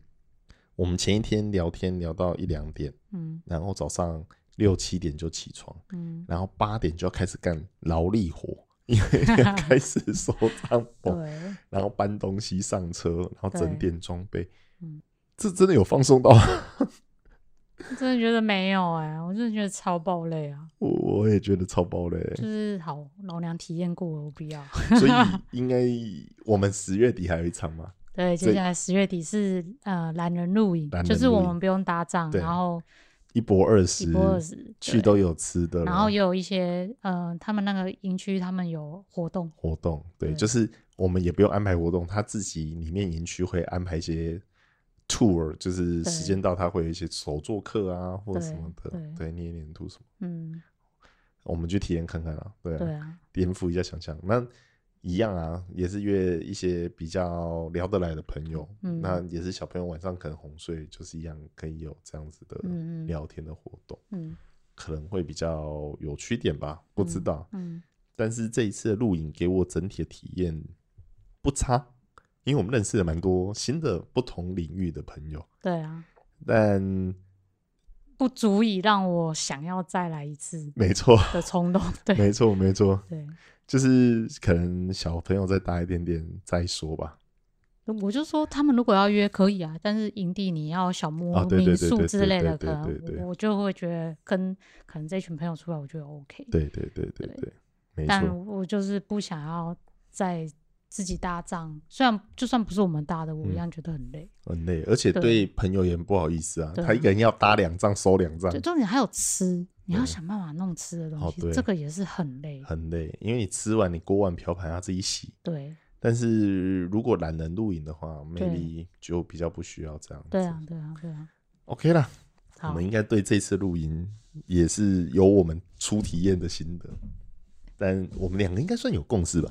A: 我们前一天聊天聊到一两点，
B: 嗯
A: 然后早上六七点就起床，
B: 嗯，
A: 然后八点就要开始干劳力活，因为 要开始收帐篷，
B: 对，
A: 然后搬东西上车，然后整
B: 对
A: 点装备
B: 嗯，
A: 这真的有放松到吗？
B: 真的觉得没有哎、我真的觉得超爆累啊！
A: 我我也觉得超爆嘞、
B: 就是好，老娘体验过了，我不要。
A: 所以应该我们十月底还有一场嘛，
B: 对，
A: 所
B: 接
A: 以
B: 下来十月底是呃懒人露营
A: 懒，
B: 就
A: 人
B: 是我
A: 露营
B: 们不用搭帐，
A: 对
B: 然后
A: 一波二
B: 一
A: 十，
B: 波二十
A: 去都有吃的了，
B: 然后也有一些呃，他们那个营区他们有活动，
A: 活动，对，
B: 对
A: 就是我们也不用安排活动，他自己里面营区会安排一些 tour，就是
B: 对
A: 时间到他会有一些手作课啊或者什么的，
B: 对
A: 对，捏黏土什么，
B: 嗯，
A: 我们去体验看看啊，对啊，
B: 对啊，
A: 颠覆一下想象。那一样啊，也是约一些比较聊得来的朋友，
B: 嗯
A: 那也是小朋友晚上可能哄睡，就是一样可以有这样子的
B: 嗯嗯
A: 聊天的活动，
B: 嗯
A: 可能会比较有趣一点吧，不知道。
B: 嗯，
A: 但是这一次的录影给我整体的体验不差，因为我们认识了蛮多新的不同领域的朋友，
B: 对啊，
A: 但
B: 不足以让我想要再来一次
A: 没错，
B: 的冲动，对
A: 没错，没错，
B: 对，
A: 就是可能小朋友再大一点点再说吧。
B: 我就说他们如果要约可以啊，但是营地你要小木
A: 啊
B: 屋、
A: 对对
B: 民
A: 对
B: 宿
A: 对
B: 之
A: 对
B: 类
A: 对
B: 的，可
A: 对对对
B: 能我就会觉得跟可能这群朋友出来，我觉得 OK，
A: 对对对对对，
B: 对
A: 没
B: 但
A: 错，
B: 我就是不想要再自己搭帐，虽然就算不是我们搭的，我一
A: 嗯
B: 样觉得很累。
A: 很累，而且
B: 对
A: 对朋友也很不好意思啊，
B: 对啊
A: 他一个人要搭两张收两张
B: 对，，重点还有吃，你要
A: 啊对
B: 想办法弄吃的
A: 哦
B: 东西，
A: 对
B: 这个也是很累。
A: 很累，因为你吃完你锅碗瓢盆要自己洗。
B: 对，
A: 但是如果懒人露营的话
B: 对
A: ，maybe 就比较不需要这样子。
B: 对啊，对啊，对啊。
A: OK 啦，我
B: 好
A: 们，应该对这次露营也是有我们初体验的心得，但我们两个应该算有共识吧？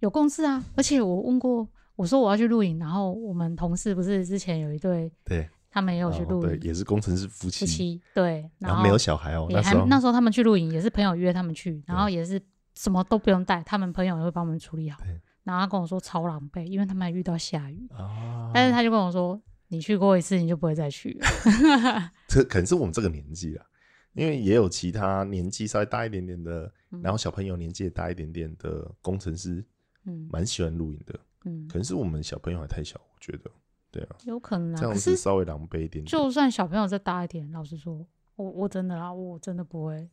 B: 有共识啊。而且我问过，我说我要去露营，然后我们同事不是之前有一对，
A: 对，
B: 他们也有去
A: 哦
B: 露
A: 对，
B: 营，
A: 也是工程师夫
B: 夫
A: 妻，
B: 妻对，
A: 然
B: 后
A: 没有小孩哦，
B: 也
A: 那
B: 还
A: 时候
B: 那时候他们去露营也是朋友约他们去，然后也是什么都不用带，他们朋友也会帮我们处理好
A: 对。
B: 然后他跟我说超狼狈，因为他们还遇到下雨，
A: 啊，
B: 但是他就跟我说。你去过一次，你就不会再去了。
A: 这可能是我们这个年纪啦，因为也有其他年纪稍微大一点点的，然后小朋友年纪也大一点点的工程师，
B: 嗯
A: 蛮喜欢露营的，
B: 嗯，
A: 可能是我们小朋友还太小，我觉得，对啊，
B: 有可能啊。
A: 这样
B: 可
A: 子
B: 是
A: 稍微狼狈一点点，
B: 就算小朋友再大一点，老实说，我我真的啦，我真的不会。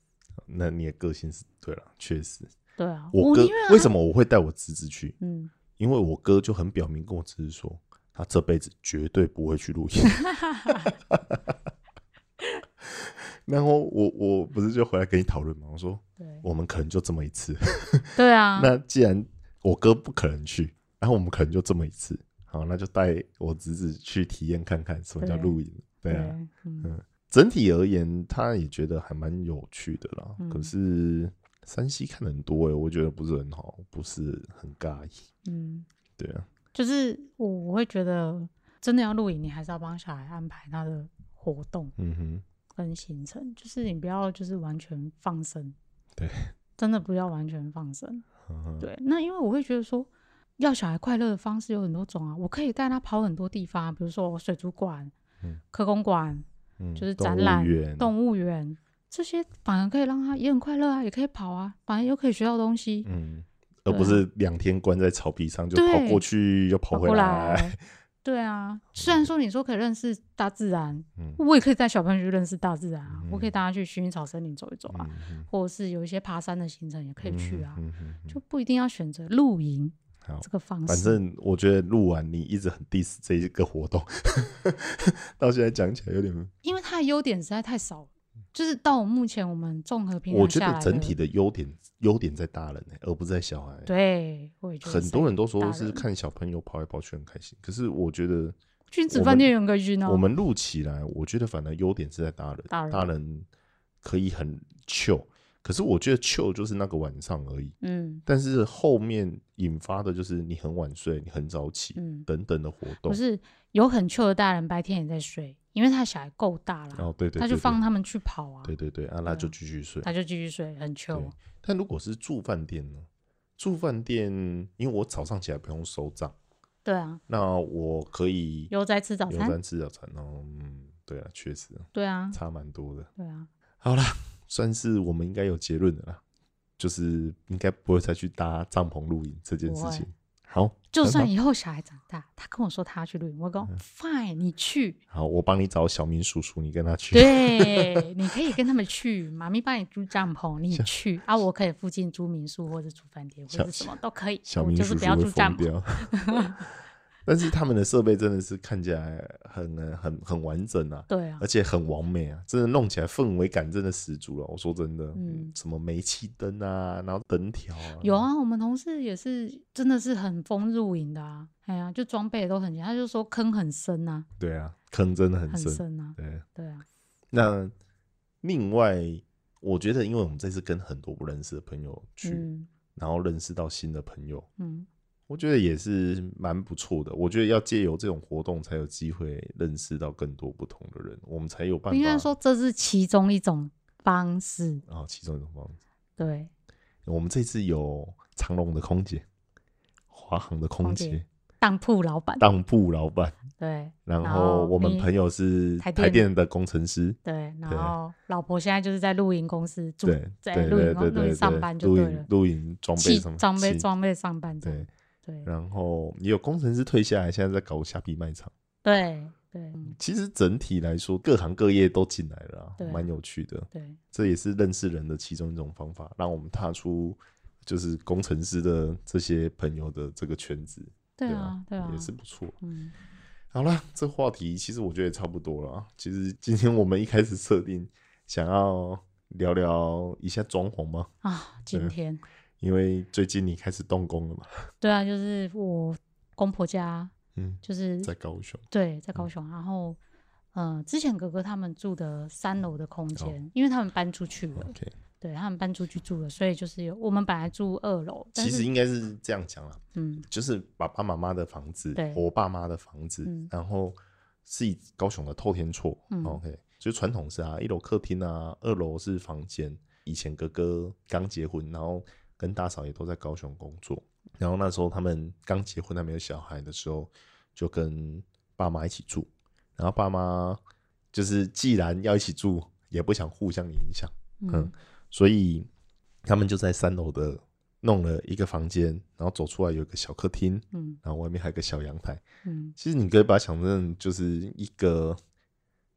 A: 那你的个性是对了，确实，
B: 对啊，
A: 我哥
B: 宁愿啊
A: 为什么我会带我侄子去？
B: 嗯，
A: 因为我哥就很表明跟我侄子说，他这辈子绝对不会去露营。 然后我我不是就回来跟你讨论嘛，我说
B: 对
A: 我们可能就这么一次，
B: 对啊，
A: 那既然我哥不可能去，然后我们可能就这么一次，好，那就带我侄子去体验看看什么叫
B: 对
A: 露营。对啊，
B: 嗯，
A: 整体而言，他也觉得还蛮有趣的啦。
B: 嗯
A: 可是山西看得很多诶、欸我觉得不是很好，不是很尬意。
B: 嗯，
A: 对啊，
B: 就是我我会觉得，真的要露营，你还是要帮小孩安排他的活动
A: 嗯哼，
B: 跟行程，就是你不要就是完全放生，
A: 对，
B: 真的不要完全放生。
A: 嗯哼
B: 对，那因为我会觉得说。要小孩快乐的方式有很多种啊，我可以带他跑很多地方、啊，比如说水族馆、
A: 嗯
B: 科工馆、
A: 嗯
B: 就是
A: 动
B: 展
A: 物
B: 览
A: 园
B: 动物园这些，反而可以让他也很快乐啊，也可以跑啊，反正又可以学到东西，
A: 嗯，而
B: 对
A: 不
B: 啊
A: 是两天关在草皮上就跑
B: 对
A: 过去又跑
B: 跑
A: 回
B: 过
A: 来。
B: 来。对啊，虽然说你说可以认识大自然，
A: 嗯
B: 我也可以带小朋友去认识大自然啊，我可以
A: 嗯
B: 带他去薰衣草森林走一走啊，
A: 嗯哼
B: 或者是有一些爬山的行程也可以去啊，
A: 嗯哼嗯哼
B: 就不一定要选择露营
A: 好
B: 这个方式。
A: 反正我觉得录完你一直很 diss 这一个活动， 到现在讲起来有点，
B: 因为它的优点实在太少了，就是到我目前我们综合评
A: 我
B: 量
A: 觉
B: 下
A: 得
B: 来，
A: 整体的优点优点在大人、欸，而不是在小孩、
B: 对，我也觉得
A: 很多人都
B: 大
A: 说
B: 人
A: 是看小朋友跑来跑去很开心，可是我觉得
B: 君子
A: 我
B: 饭
A: 们
B: 店有个晕
A: 我
B: 哦，
A: 们录起来，我觉得反而优点是在大人，
B: 大人
A: 可以很 chill，可是我觉得 chill 就是那个晚上而已，
B: 嗯
A: 但是后面引发的就是你很晚睡，你很早起、
B: 嗯，
A: 等等的活动
B: 不。是有很糗的大人白天也在睡，因为他小孩够大啦，
A: 哦，对对对
B: 他啊就
A: 对
B: 放他们去跑啊，
A: 对对对，啊，那
B: 啊
A: 就继续睡。
B: 他就继续睡，很糗
A: 对。但如果是住饭店呢？住饭店，因为我早上起来不用收账，
B: 对啊，
A: 那我可以
B: 悠哉吃早
A: 有
B: 餐，
A: 餐吃早餐哦。嗯，对啊，确实
B: 对啊，
A: 差蛮多的。
B: 对啊，
A: 好啦，算是我们应该有结论的啦，就是应该不会再去搭帐篷露营这件事情。好，
B: 就
A: 那
B: 算
A: 那
B: 以后小孩长大，他跟我说他要去露营，我
A: 嗯
B: 讲 fine，你去，
A: 好，我帮你找小明叔叔，你跟他去。
B: 对，你可以跟他们去，妈咪帮你租帐篷，你去啊，我可以附近租民宿或者住饭店或
A: 小
B: 者什么都可 以，
A: 小
B: 我
A: 明
B: 就是
A: 叔
B: 不
A: 叔
B: 要
A: 会
B: 住帐
A: 疯
B: 篷。
A: 掉。 但是他们的设备真的是看起来很呃很很完整啊，
B: 对啊
A: 而，且很完美啊，真的弄起来氛围感真的十足了、我说真的，
B: 嗯
A: 什么煤气灯啊，然后灯条啊，
B: 有啊，我们同事也是真的是很疯露营的啊，哎呀，就装备都很强，他就说坑很深啊，
A: 对啊，坑真的很
B: 很
A: 深。
B: 深啊，
A: 对，
B: 对啊，
A: 那另外我觉得，因为我们这次跟很多不认识的朋友去，
B: 嗯
A: 然后认识到新的朋友，
B: 嗯，
A: 我觉得也是蛮不错的。我觉得要借由这种活动，才有机会认识到更多不同的人，我们才有办法。
B: 应该说这是其中一种方式，
A: 啊、其中一种方式，
B: 对，
A: 我们这次有长隆的空姐、华航的空
B: 空姐
A: 姐、
B: 当铺老板，
A: 当铺老板，
B: 对
A: 然
B: 然
A: 后
B: 后
A: 我们
B: 你
A: 朋友是
B: 台
A: 台
B: 电
A: 电的工程师。
B: 对，然
A: 对
B: 后老婆现在就是在露营公司住
A: 对，
B: 在
A: 对
B: 露
A: 对对
B: 营公露
A: 对
B: 营上
A: 对
B: 班就
A: 露
B: 对
A: 营
B: 了。
A: 露营装备
B: 器
A: 什么
B: 装备
A: 器
B: 装嗯备上班族
A: 对，
B: 对对
A: 然后也有工程师退下来，现在在搞虾皮卖场。
B: 对对嗯
A: 其实整体来说，各行各业都进来了啊、
B: 对啊
A: 蛮有趣的。
B: 对
A: 这也是认识人的其中一种方法，让我们踏出就是工程师的这些朋友的这个圈子，
B: 对啊对啊
A: 也，是不错。
B: 嗯
A: 好啦，这话题其实我觉得也差不多了啊。其实今天我们一开始设定想要聊聊一下装潢嘛，
B: 啊，今天
A: 因为最近你开始动工了嘛，
B: 对啊，就是我公婆家
A: 嗯，
B: 就是
A: 在嗯高雄，
B: 对在高雄，然后呃之前哥哥他们住的三楼的空
A: 哦
B: 间，因为他们搬出去了，
A: OK
B: 对他们搬出去住了，所以就是有我们本来住二楼，但
A: 其实
B: 是
A: 应该是这样讲啦，
B: 嗯
A: 就是爸爸妈妈的房子
B: 对，
A: 我爸妈的房子，
B: 嗯
A: 然后是以高雄的透天厝、
B: 嗯
A: o k 就传统是啊，一楼客厅啊，二楼是房间。以前哥哥刚结婚，然后跟大嫂也都在高雄工作，然后那时候他们刚结婚还没有小孩的时候，就跟爸妈一起住，然后爸妈就是既然要一起住，也不想互相影响。
B: 嗯
A: 所以他们就在三楼的弄了一个房间，然后走出来有一个小客厅，
B: 嗯
A: 然后外面还有一个小阳台。
B: 嗯
A: 其实你可以把它想成就是一个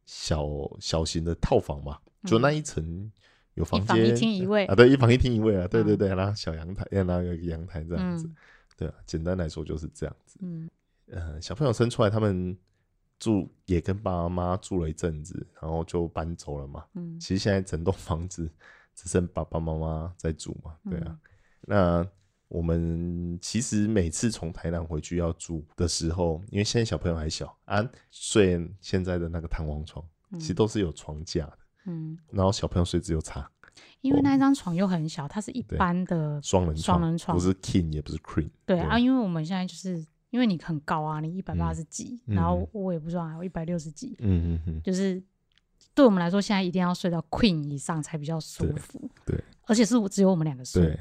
A: 小小型的套房吧，就那一层有房间，
B: 嗯一房一厅一卫
A: 啊，对，一房一厅一卫啊，对对对，然后小阳台，然后有一个阳台这样子，
B: 嗯
A: 对啊，简单来说就是这样子。
B: 嗯
A: 呃，小朋友生出来，他们住也跟爸妈住了一阵子，然后就搬走了嘛。
B: 嗯
A: 其实现在整栋房子只剩爸爸妈妈在住嘛，对啊。
B: 嗯
A: 那我们其实每次从台南回去要住的时候，因为现在小朋友还小，啊，睡现在的那个弹簧床，其实都是有床架的，
B: 嗯，
A: 然后小朋友睡只有差
B: 因为那一张床又很小，它是一
A: 对
B: 般的
A: 双人
B: 双
A: 床，
B: 人床
A: 不是 king 也不是 queen，
B: 对
A: 对
B: 啊，因为我们现在就是因为你很高啊，你一百八十几，然后
A: 嗯
B: 我也不知道啊，我一百六十几，
A: 嗯嗯嗯，
B: 就是对我们来说，现在一定要睡到 Queen 以上才比较舒
A: 对
B: 服。
A: 对
B: 而且是我只有我们两个睡
A: 对。。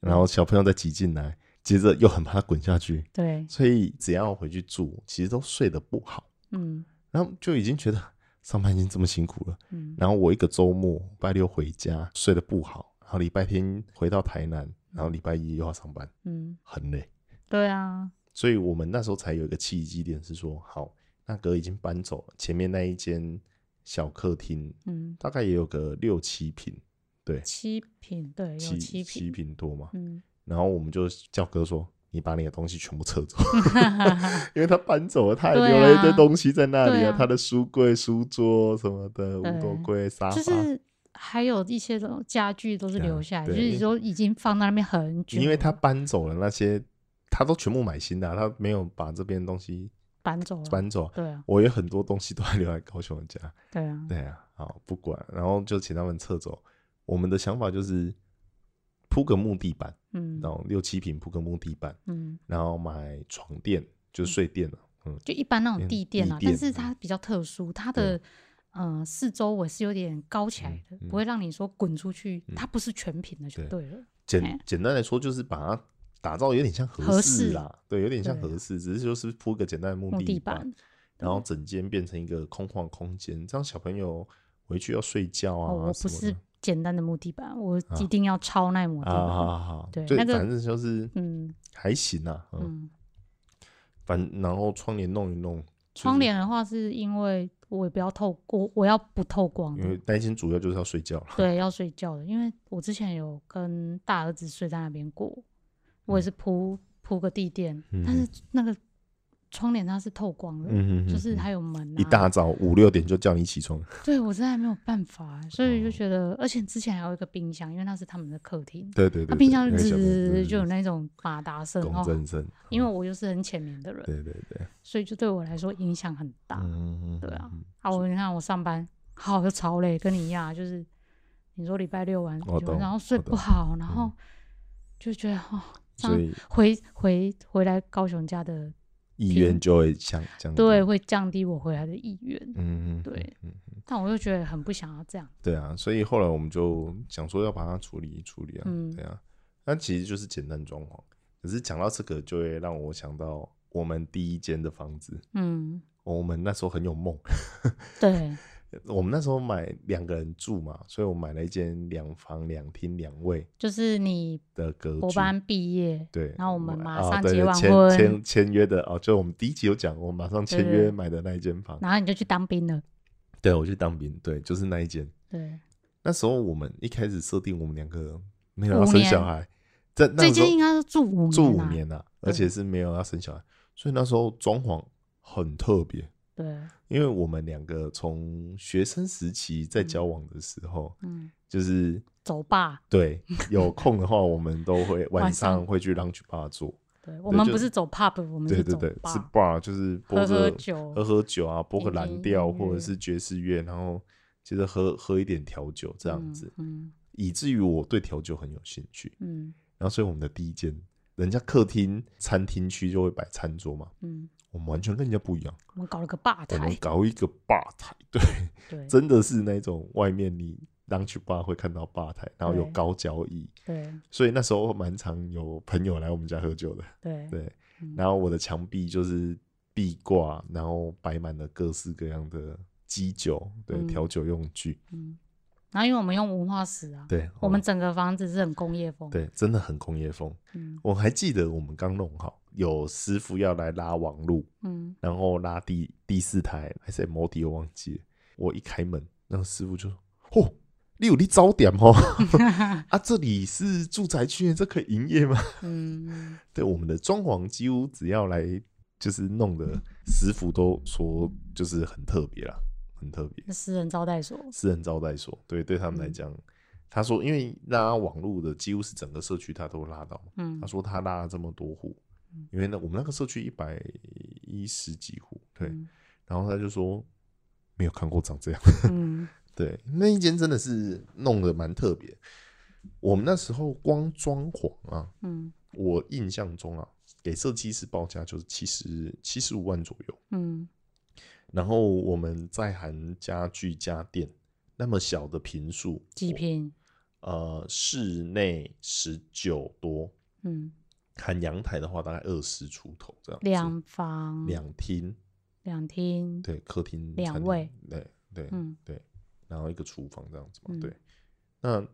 A: 然后小朋友再挤进来，接着又很怕他滚下去，
B: 对，
A: 所以只要回去住，其实都睡得不好，
B: 嗯
A: 然后就已经觉得上班已经这么辛苦了，
B: 嗯
A: 然后我一个周末，礼拜六回家睡得不好，然后礼拜天回到台南，然后礼拜一又要上班，
B: 嗯，
A: 很累。
B: 对啊，
A: 所以我们那时候才有一个契机点是说，好，那哥已经搬走了，前面那一间小客厅
B: 嗯，
A: 大概也有个六七平，对，
B: 七品对，有
A: 七
B: 七
A: 七
B: 品，
A: 平多嘛。
B: 嗯，
A: 然后我们就叫哥说。你把你的东西全部撤 走，因为他搬走了，他还
B: 对
A: 留了一堆
B: 啊
A: 东西在那里
B: 对
A: 啊，
B: 啊
A: 他的书柜、书桌什么的，
B: 对
A: 乌头柜、沙发，
B: 就是还有一些这种家具都是
A: 对啊
B: 留下来，就
A: 对
B: 是说已经放在那边很久了，
A: 因为他搬走了那些，他都全部买新的啊、他没有把这边的东西
B: 搬走了，
A: 搬走。
B: 对啊，
A: 我有很多东西都还留在高雄的家，
B: 对啊，
A: 对啊，好不管，然后就请他们撤走。我们的想法就是铺个木地板，
B: 嗯
A: 然后六七平铺个木地板，
B: 嗯，
A: 然后买床垫，就是睡垫了、嗯，
B: 就一般那种
A: 嗯
B: 地垫啊，
A: 地垫
B: 但是
A: 嗯
B: 它比较特殊，它
A: 对
B: 的呃四周围是有点高起来的，
A: 嗯
B: 不会让你说滚出去，它不是全平的就
A: 对
B: 对了。
A: 简
B: 哎
A: 简单来说就是把它打造有点像合
B: 合
A: 适
B: 适
A: 啦，对，有点像
B: 对啊
A: 合适，只是就是铺个简单的木
B: 木地
A: 板
B: 板，
A: 然
B: 嗯
A: 后整间变成一个空旷空间，这样小朋友回去要睡觉啊
B: 哦，我
A: 什
B: 不
A: 么
B: 是
A: 的
B: 简单的木地板，我一定要超耐磨地
A: 啊，好
B: 板。
A: 好好，
B: 对
A: 就
B: 那个
A: 反正就是
B: 嗯
A: 还行啊，嗯，
B: 嗯，
A: 反然后窗帘弄一弄，就是
B: 窗帘的话，是因为我也不要透，我我要不透光的
A: 因为担心主要就是要睡觉了。
B: 对，要睡觉的。因为我之前有跟大儿子睡在那边过，
A: 嗯
B: 我也是铺铺个地垫，但是那个窗帘它是透光的，
A: 嗯嗯嗯
B: 就是
A: 嗯
B: 还有门、啊。
A: 一大早五六点就叫你起床，
B: 对我真的没有办法，欸所以就
A: 哦
B: 觉得，而且之前还有一个冰箱，因为那是他们的客厅，
A: 对对
B: 那
A: 对，
B: 冰箱
A: 对
B: 就
A: 那个小嗯朋
B: 吱
A: 友
B: 就有那种马达声
A: 拱
B: 哦。
A: 震声，
B: 因为我又是很浅眠的人，
A: 对对对，
B: 所以就对我来说影响很大。
A: 嗯，嗯
B: 对啊，
A: 嗯
B: 啊，我你看我上班，好又超累，跟你一样啊，就是你说礼拜六晚
A: 我哦懂
B: 然后睡
A: 我
B: 不
A: 懂
B: 好，然后
A: 嗯
B: 就觉得哦，这
A: 所
B: 样
A: 以
B: 回回回来高雄家的，
A: 意愿就会降降低，
B: 对，
A: 嗯
B: 会降低我回来的意愿，
A: 嗯，嗯
B: 对，
A: 嗯
B: 但我又觉得很不想要这样，
A: 对啊，所以后来我们就想说要把它处理处理啊，
B: 嗯
A: 对啊，那其实就是简单装潢。可是讲到这个，就会让我想到我们第一间的房子，
B: 嗯，
A: 我们那时候很有梦，
B: 对，
A: 我们那时候买两个人住嘛，所以我买了一间两房两厅两卫
B: 就是你
A: 的格
B: 博
A: 局。
B: 班毕业，
A: 对，
B: 然后我们马
A: 啊
B: 上
A: 对
B: 结
A: 对
B: 完
A: 签
B: 婚
A: 签签约的哦，就我们第一集有讲，我马上签
B: 对对
A: 约买的那一间房。
B: 然后你就去当兵了，
A: 对，我去当兵，对，就是那一间。
B: 对，
A: 那时候我们一开始设定，我们两个没有
B: 五
A: 要生
B: 年
A: 小孩，在那
B: 最
A: 个时候
B: 近应该是住五年，啊
A: 住五，年了、而
B: 对
A: 且是没有要生小孩，所以那时候装潢很特别，
B: 对，
A: 因为我们两个从学生时期在交往的时候，
B: 嗯，
A: 就是
B: 走吧，
A: 对有空的话，我们都会晚
B: 晚上
A: 上会去 lunch bar 做，
B: 对我
A: 对
B: 们
A: 就
B: 不是走 pub，我们
A: 对
B: 是
A: 对
B: 走
A: 对，是
B: bar，
A: bar 就是播
B: 喝
A: 着
B: 喝酒，
A: 喝喝酒啊，播个
B: 听
A: 蓝
B: 听
A: 调
B: 音
A: 或
B: 乐
A: 者是爵士乐，然后接着喝喝一点调酒这样子，
B: 嗯，嗯
A: 以至于我对调酒很有兴趣。
B: 嗯
A: 然后所以我们的第一间，人家客厅餐厅区就会摆餐桌嘛，
B: 嗯，
A: 我们完全跟人家不一样，
B: 我们搞了个吧
A: 我们
B: 台，
A: 搞一个吧台，对，
B: 对
A: 真的是那种外面你 lunch bar 会看到吧台，然后有
B: 对
A: 高脚椅，
B: 对
A: 所以那时候蛮常有朋友来我们家喝酒的，
B: 对
A: 对
B: 嗯，
A: 然后我的墙壁就是壁挂，然后摆满了各式各样的基酒，对，
B: 嗯
A: 调酒用具，
B: 嗯。然后因为我们用文化史啊，
A: 对，哦
B: 我们整个房子是很工业风，
A: 对真的很工业风。
B: 嗯
A: 我还记得我们刚弄好，有师傅要来拉网路，
B: 嗯
A: 然后拉第第四台还是 M O D，我忘记了。我一开门，那个师傅就说：“哦，你有你早点哦， 啊，这里是住宅区耶，这可以营业吗
B: 嗯，？”
A: 对，我们的装潢几乎只要来就是弄的，师傅都说就是很特别啦，很特别。
B: 那私人招待所，
A: 私人招待所，对，对他们来讲，他说因为拉网路的几乎是整个社区他都拉到嘛，
B: 嗯
A: 他，说他拉了这么多户，因为呢我们那个社区一百一十几户，对，
B: 嗯
A: 然后他就说没有看过长这样，
B: 嗯
A: 对，那一间真的是弄得蛮特别。我们那时候光装潢啊，
B: 嗯
A: 我印象中啊，给设计师报价就是七十七十五万左右，
B: 嗯
A: 然后我们再含家具家电，那么小的平数，
B: 几平，
A: 呃，室内十九多，
B: 嗯，
A: 含阳台的话大概二十出头这样子。
B: 两房
A: 两厅，
B: 两厅，
A: 对，客厅
B: 两
A: 餐厅
B: 卫，
A: 对对，
B: 嗯
A: 然后一个厨房这样子嘛，
B: 嗯
A: 对。那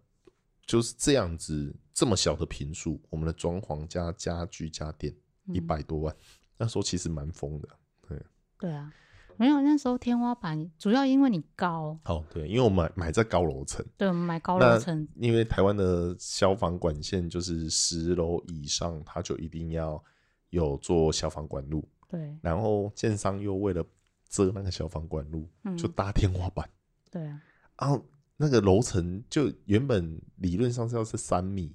A: 就是这样子，这么小的平数，我们的装潢加家具家电一
B: 嗯
A: 百多万，那时候其实蛮疯的。
B: 对啊，没有那时候天花板主要因为你高，
A: 哦，对，因为我买买在高楼层，
B: 对我们买高
A: 那
B: 楼层，
A: 因为台湾的消防管线就是十楼以上，它就一定要有做消防管路，
B: 对
A: 然后建商又为了遮那个消防管路，
B: 嗯
A: 就搭天花板，
B: 对啊，
A: 然后那个楼层就原本理论上是要是三米，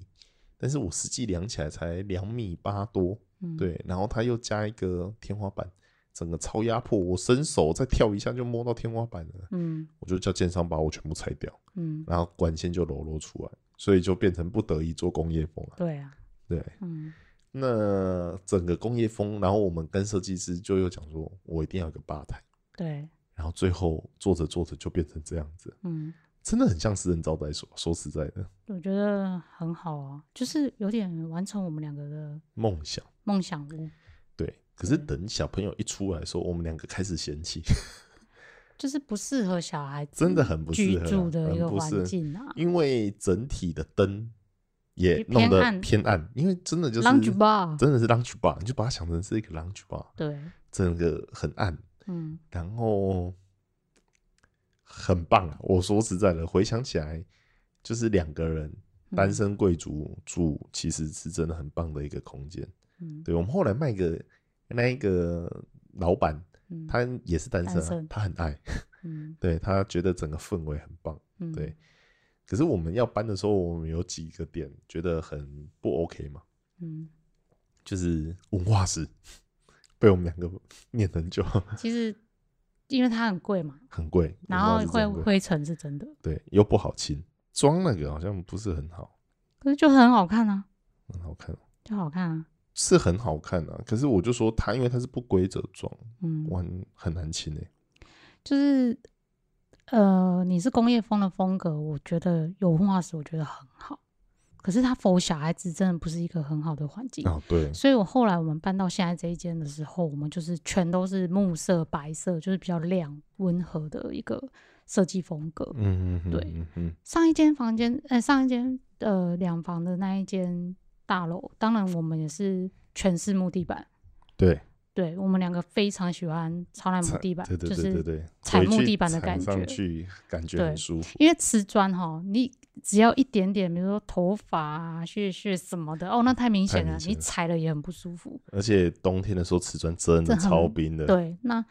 A: 但是我实际量起来才两米八多，
B: 嗯
A: 对，然后它又加一个天花板，整个超压迫，我伸手再跳一下就摸到天花板了，
B: 嗯
A: 我就叫建商把我全部拆掉，
B: 嗯，
A: 然后管线就裸露出来，所以就变成不得已做工业风了。
B: 对啊，
A: 对，
B: 嗯
A: 那整个工业风，然后我们跟设计师就又讲说，我一定要有个吧台，
B: 对，
A: 然后最后做着做着就变成这样子，
B: 嗯。
A: 真的很像私人招待所。说实在的，
B: 我觉得很好啊，就是有点完成我们两个的
A: 梦想
B: 梦想屋，
A: 对，可是
B: 对
A: 等小朋友一出来的时候，我们两个开始嫌弃，
B: 就是不适合小孩子
A: 真的很不适
B: 居
A: 合啊
B: 住的一
A: 很
B: 个
A: 不适
B: 环
A: 合
B: 境啊。
A: 因为整体的灯也弄
B: 偏
A: 得
B: 暗
A: 偏暗，因为真的就是
B: lunch bar，
A: 真的是 lunch bar，你就把它想成是一个 lunch bar，
B: 对，
A: 整个很暗，
B: 嗯，
A: 然后很棒啊！我说实在的，回想起来，就是两个人
B: 嗯
A: 单，身贵族住，其实是真的很棒的一个空间。
B: 嗯，
A: 对我们后来卖给那一个老板，
B: 嗯
A: 他也是单身、
B: 单
A: 啊
B: 身，
A: 他很爱，
B: 嗯
A: 对他觉得整个氛围很棒。
B: 嗯，
A: 对，可是我们要搬的时候，我们有几个点觉得很不 OK 嘛，
B: 嗯，
A: 就是文化史 被我们两个念很久，
B: 其实因为它很贵嘛，
A: 很贵，
B: 然
A: 文化
B: 后
A: 史真
B: 会
A: 的很贵
B: 灰尘是真的，
A: 对，又不好清，装那个好像不是很好，
B: 可是就很好看啊，
A: 很好看，
B: 就好看啊，
A: 是很好看啊。可是我就说它，因为它是不规则装，
B: 嗯，
A: 我很很难清诶、欸
B: 就是呃，你是工业风的风格，我觉得有文化史，我觉得很好。可是它 for 小孩子真的不是一个很好的环境，
A: 哦，对，
B: 所以我后来我们搬到现在这一间的时候，我们就是全都是木色、白色，就是比较亮、温和的一个设计风格。
A: 嗯嗯，
B: 对
A: 嗯嗯，
B: 上一间房间，呃，上一间呃两房的那一间大楼，当然我们也是全是木地板。
A: 对，
B: 对我们两个非常喜欢超烂木地板，
A: 对对
B: 就
A: 对对
B: 是
A: 对，
B: 踩
A: 回
B: 木
A: 去
B: 地板的
A: 踩
B: 感
A: 上
B: 觉
A: 去感觉
B: 对
A: 很舒服，
B: 因为瓷砖哈，你只要一点点，比如说头发啊、屑屑什么的，哦，那太明
A: 太
B: 显
A: 明
B: 了，
A: 显
B: 你
A: 了
B: 踩了也很不舒服。
A: 而且冬天的时候瓷砖真的
B: 这很
A: 超冰的，
B: 对，那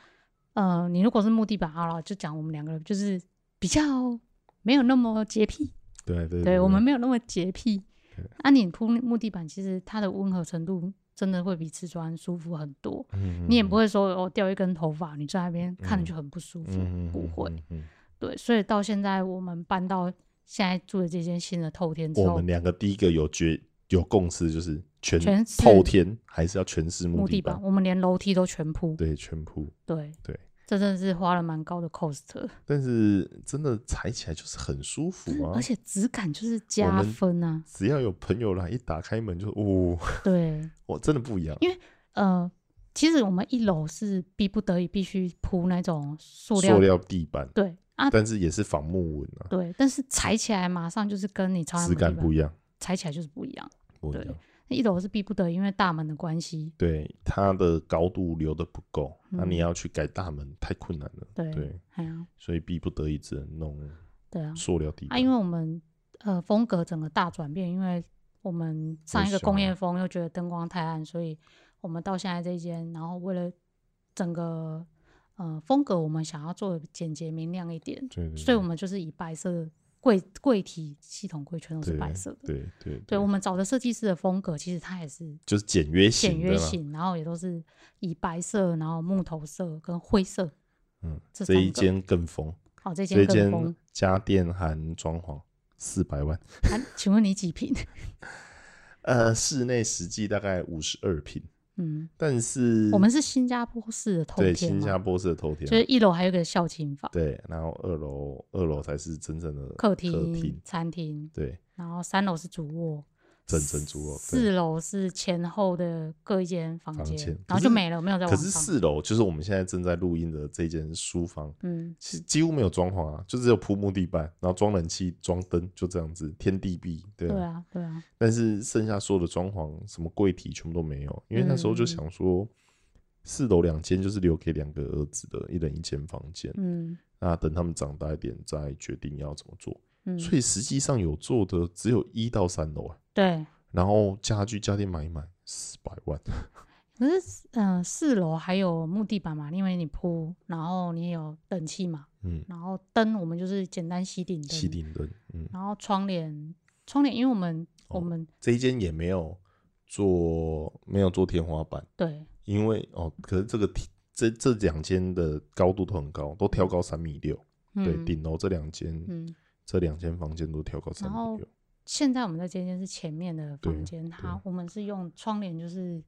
B: 呃，你如果是木地板，好了，就讲我们两个就是比较没有那么洁癖，
A: 对对
B: 对我们没有那么洁癖
A: 对。
B: 那、你铺木地板，其实它的温和程度真的会比瓷砖舒服很多。
A: 嗯
B: 你也不会说哦掉一根头发，你在那边看着就很不舒服，
A: 嗯
B: 不会。，
A: 嗯嗯嗯嗯
B: 对，所以到现在我们搬到现在住的这间新的透天之
A: 我
B: 后
A: 们，两个第一个有决有共识，就是全
B: 全是
A: 透天还是要全是
B: 木
A: 木
B: 地
A: 板
B: 板，，我们连楼梯都全铺。
A: 对，全铺，
B: 对
A: 对，啊
B: 这真的是花了蛮高的 cost，的、
A: 但是真的踩起来就是很舒服啊
B: 而。且质感就是加
A: 们
B: 分啊。
A: 只要有朋友来，一打开门就哦，
B: 对，
A: 我真的不一样。
B: 因为呃，其实我们一楼是逼不得已必须铺那种塑料，
A: 塑料地板，
B: 对啊，
A: 但是也是仿木纹啊，
B: 对，但是踩起来马上就是跟你超人
A: 质感不一样，
B: 踩起来就是不一样。
A: 不一
B: 对
A: 样。
B: 那一楼是逼不得已，因为大门的关系，
A: 对，它的高度留的不够，那、
B: 嗯
A: 你要去改大门太困难了。
B: 对，
A: 对，
B: 哎呀，
A: 所以逼不得已只能弄
B: 对啊，
A: 塑料地板。
B: 啊，因为我们呃风格整个大转变，因为我们上一个
A: 小
B: 工业
A: 了
B: 风又觉得灯光太暗，所以我们到现在这一间，然后为了整个呃风格，我们想要做得简洁明亮一点，
A: 对对
B: 所以我们就是以白色柜柜体系统柜全都是
A: 对
B: 白色的。
A: 对对
B: 对我们找的设计师的风格，其实它也是
A: 就是简约型
B: 简
A: 的
B: 约
A: 啦，
B: 型，然后也都是以白色，然后木头色跟灰色。
A: 嗯，
B: 这
A: 这一
B: 三个
A: 间更疯，
B: 哦，
A: 这
B: 这间
A: 一
B: 更
A: 间
B: 风。
A: 家电含装潢四百万，
B: 啊请问你几平？
A: 呃，室内实际大概五十二平，
B: 嗯，
A: 但是
B: 我们是新加坡式的透
A: 对
B: 天
A: 新
B: 嘛
A: 加坡式的头天啊，
B: 就是一楼还有一个孝亲房、
A: 对，然后二楼二楼才是真正的
B: 客
A: 厅，
B: 厅、餐厅，
A: 对，
B: 然后三楼是主卧，
A: 整层主楼，对
B: 四楼是前后的各一间房
A: 房
B: 间，
A: 间
B: 然
A: 可
B: 后就是没了，没有在
A: 可
B: 往
A: 是
B: 上。
A: 四楼就是我们现在正在录音的这间书房，
B: 嗯，
A: 其实几乎没有装潢啊，就只有铺木地板，然后装冷气、装灯，就这样子，天地壁，对啊。
B: 对啊，对啊，
A: 但是剩下所有的装潢、什么柜体全部都没有，因为那时候就想说，四楼两间就是留给两个儿子的，一人一间房间。
B: 嗯
A: 那等他们长大一点再决定要怎么做。
B: 嗯，
A: 所以实际上有做的只有一到三楼啊，
B: 对。
A: 然后家具家电买一买四百万，
B: 可是，嗯、四楼还有木地板嘛，因为你铺，然后你也有冷气嘛，
A: 嗯，
B: 然后灯我们就是简单吸顶灯，
A: 吸顶灯，嗯，
B: 然后窗帘，窗帘，因为我们、我
A: 哦
B: 们
A: 这一间也没有做没有做天花板，
B: 对
A: 因为哦，可是这个梯这这两间的高度都很高，都挑高三米六、对，
B: 嗯
A: 顶楼这两间、
B: 嗯，
A: 这两间房间都挑高三
B: 然后
A: 米六，
B: 现在我们在这间是前面的
A: 对
B: 房间，它
A: 对
B: 我们是用窗帘，就是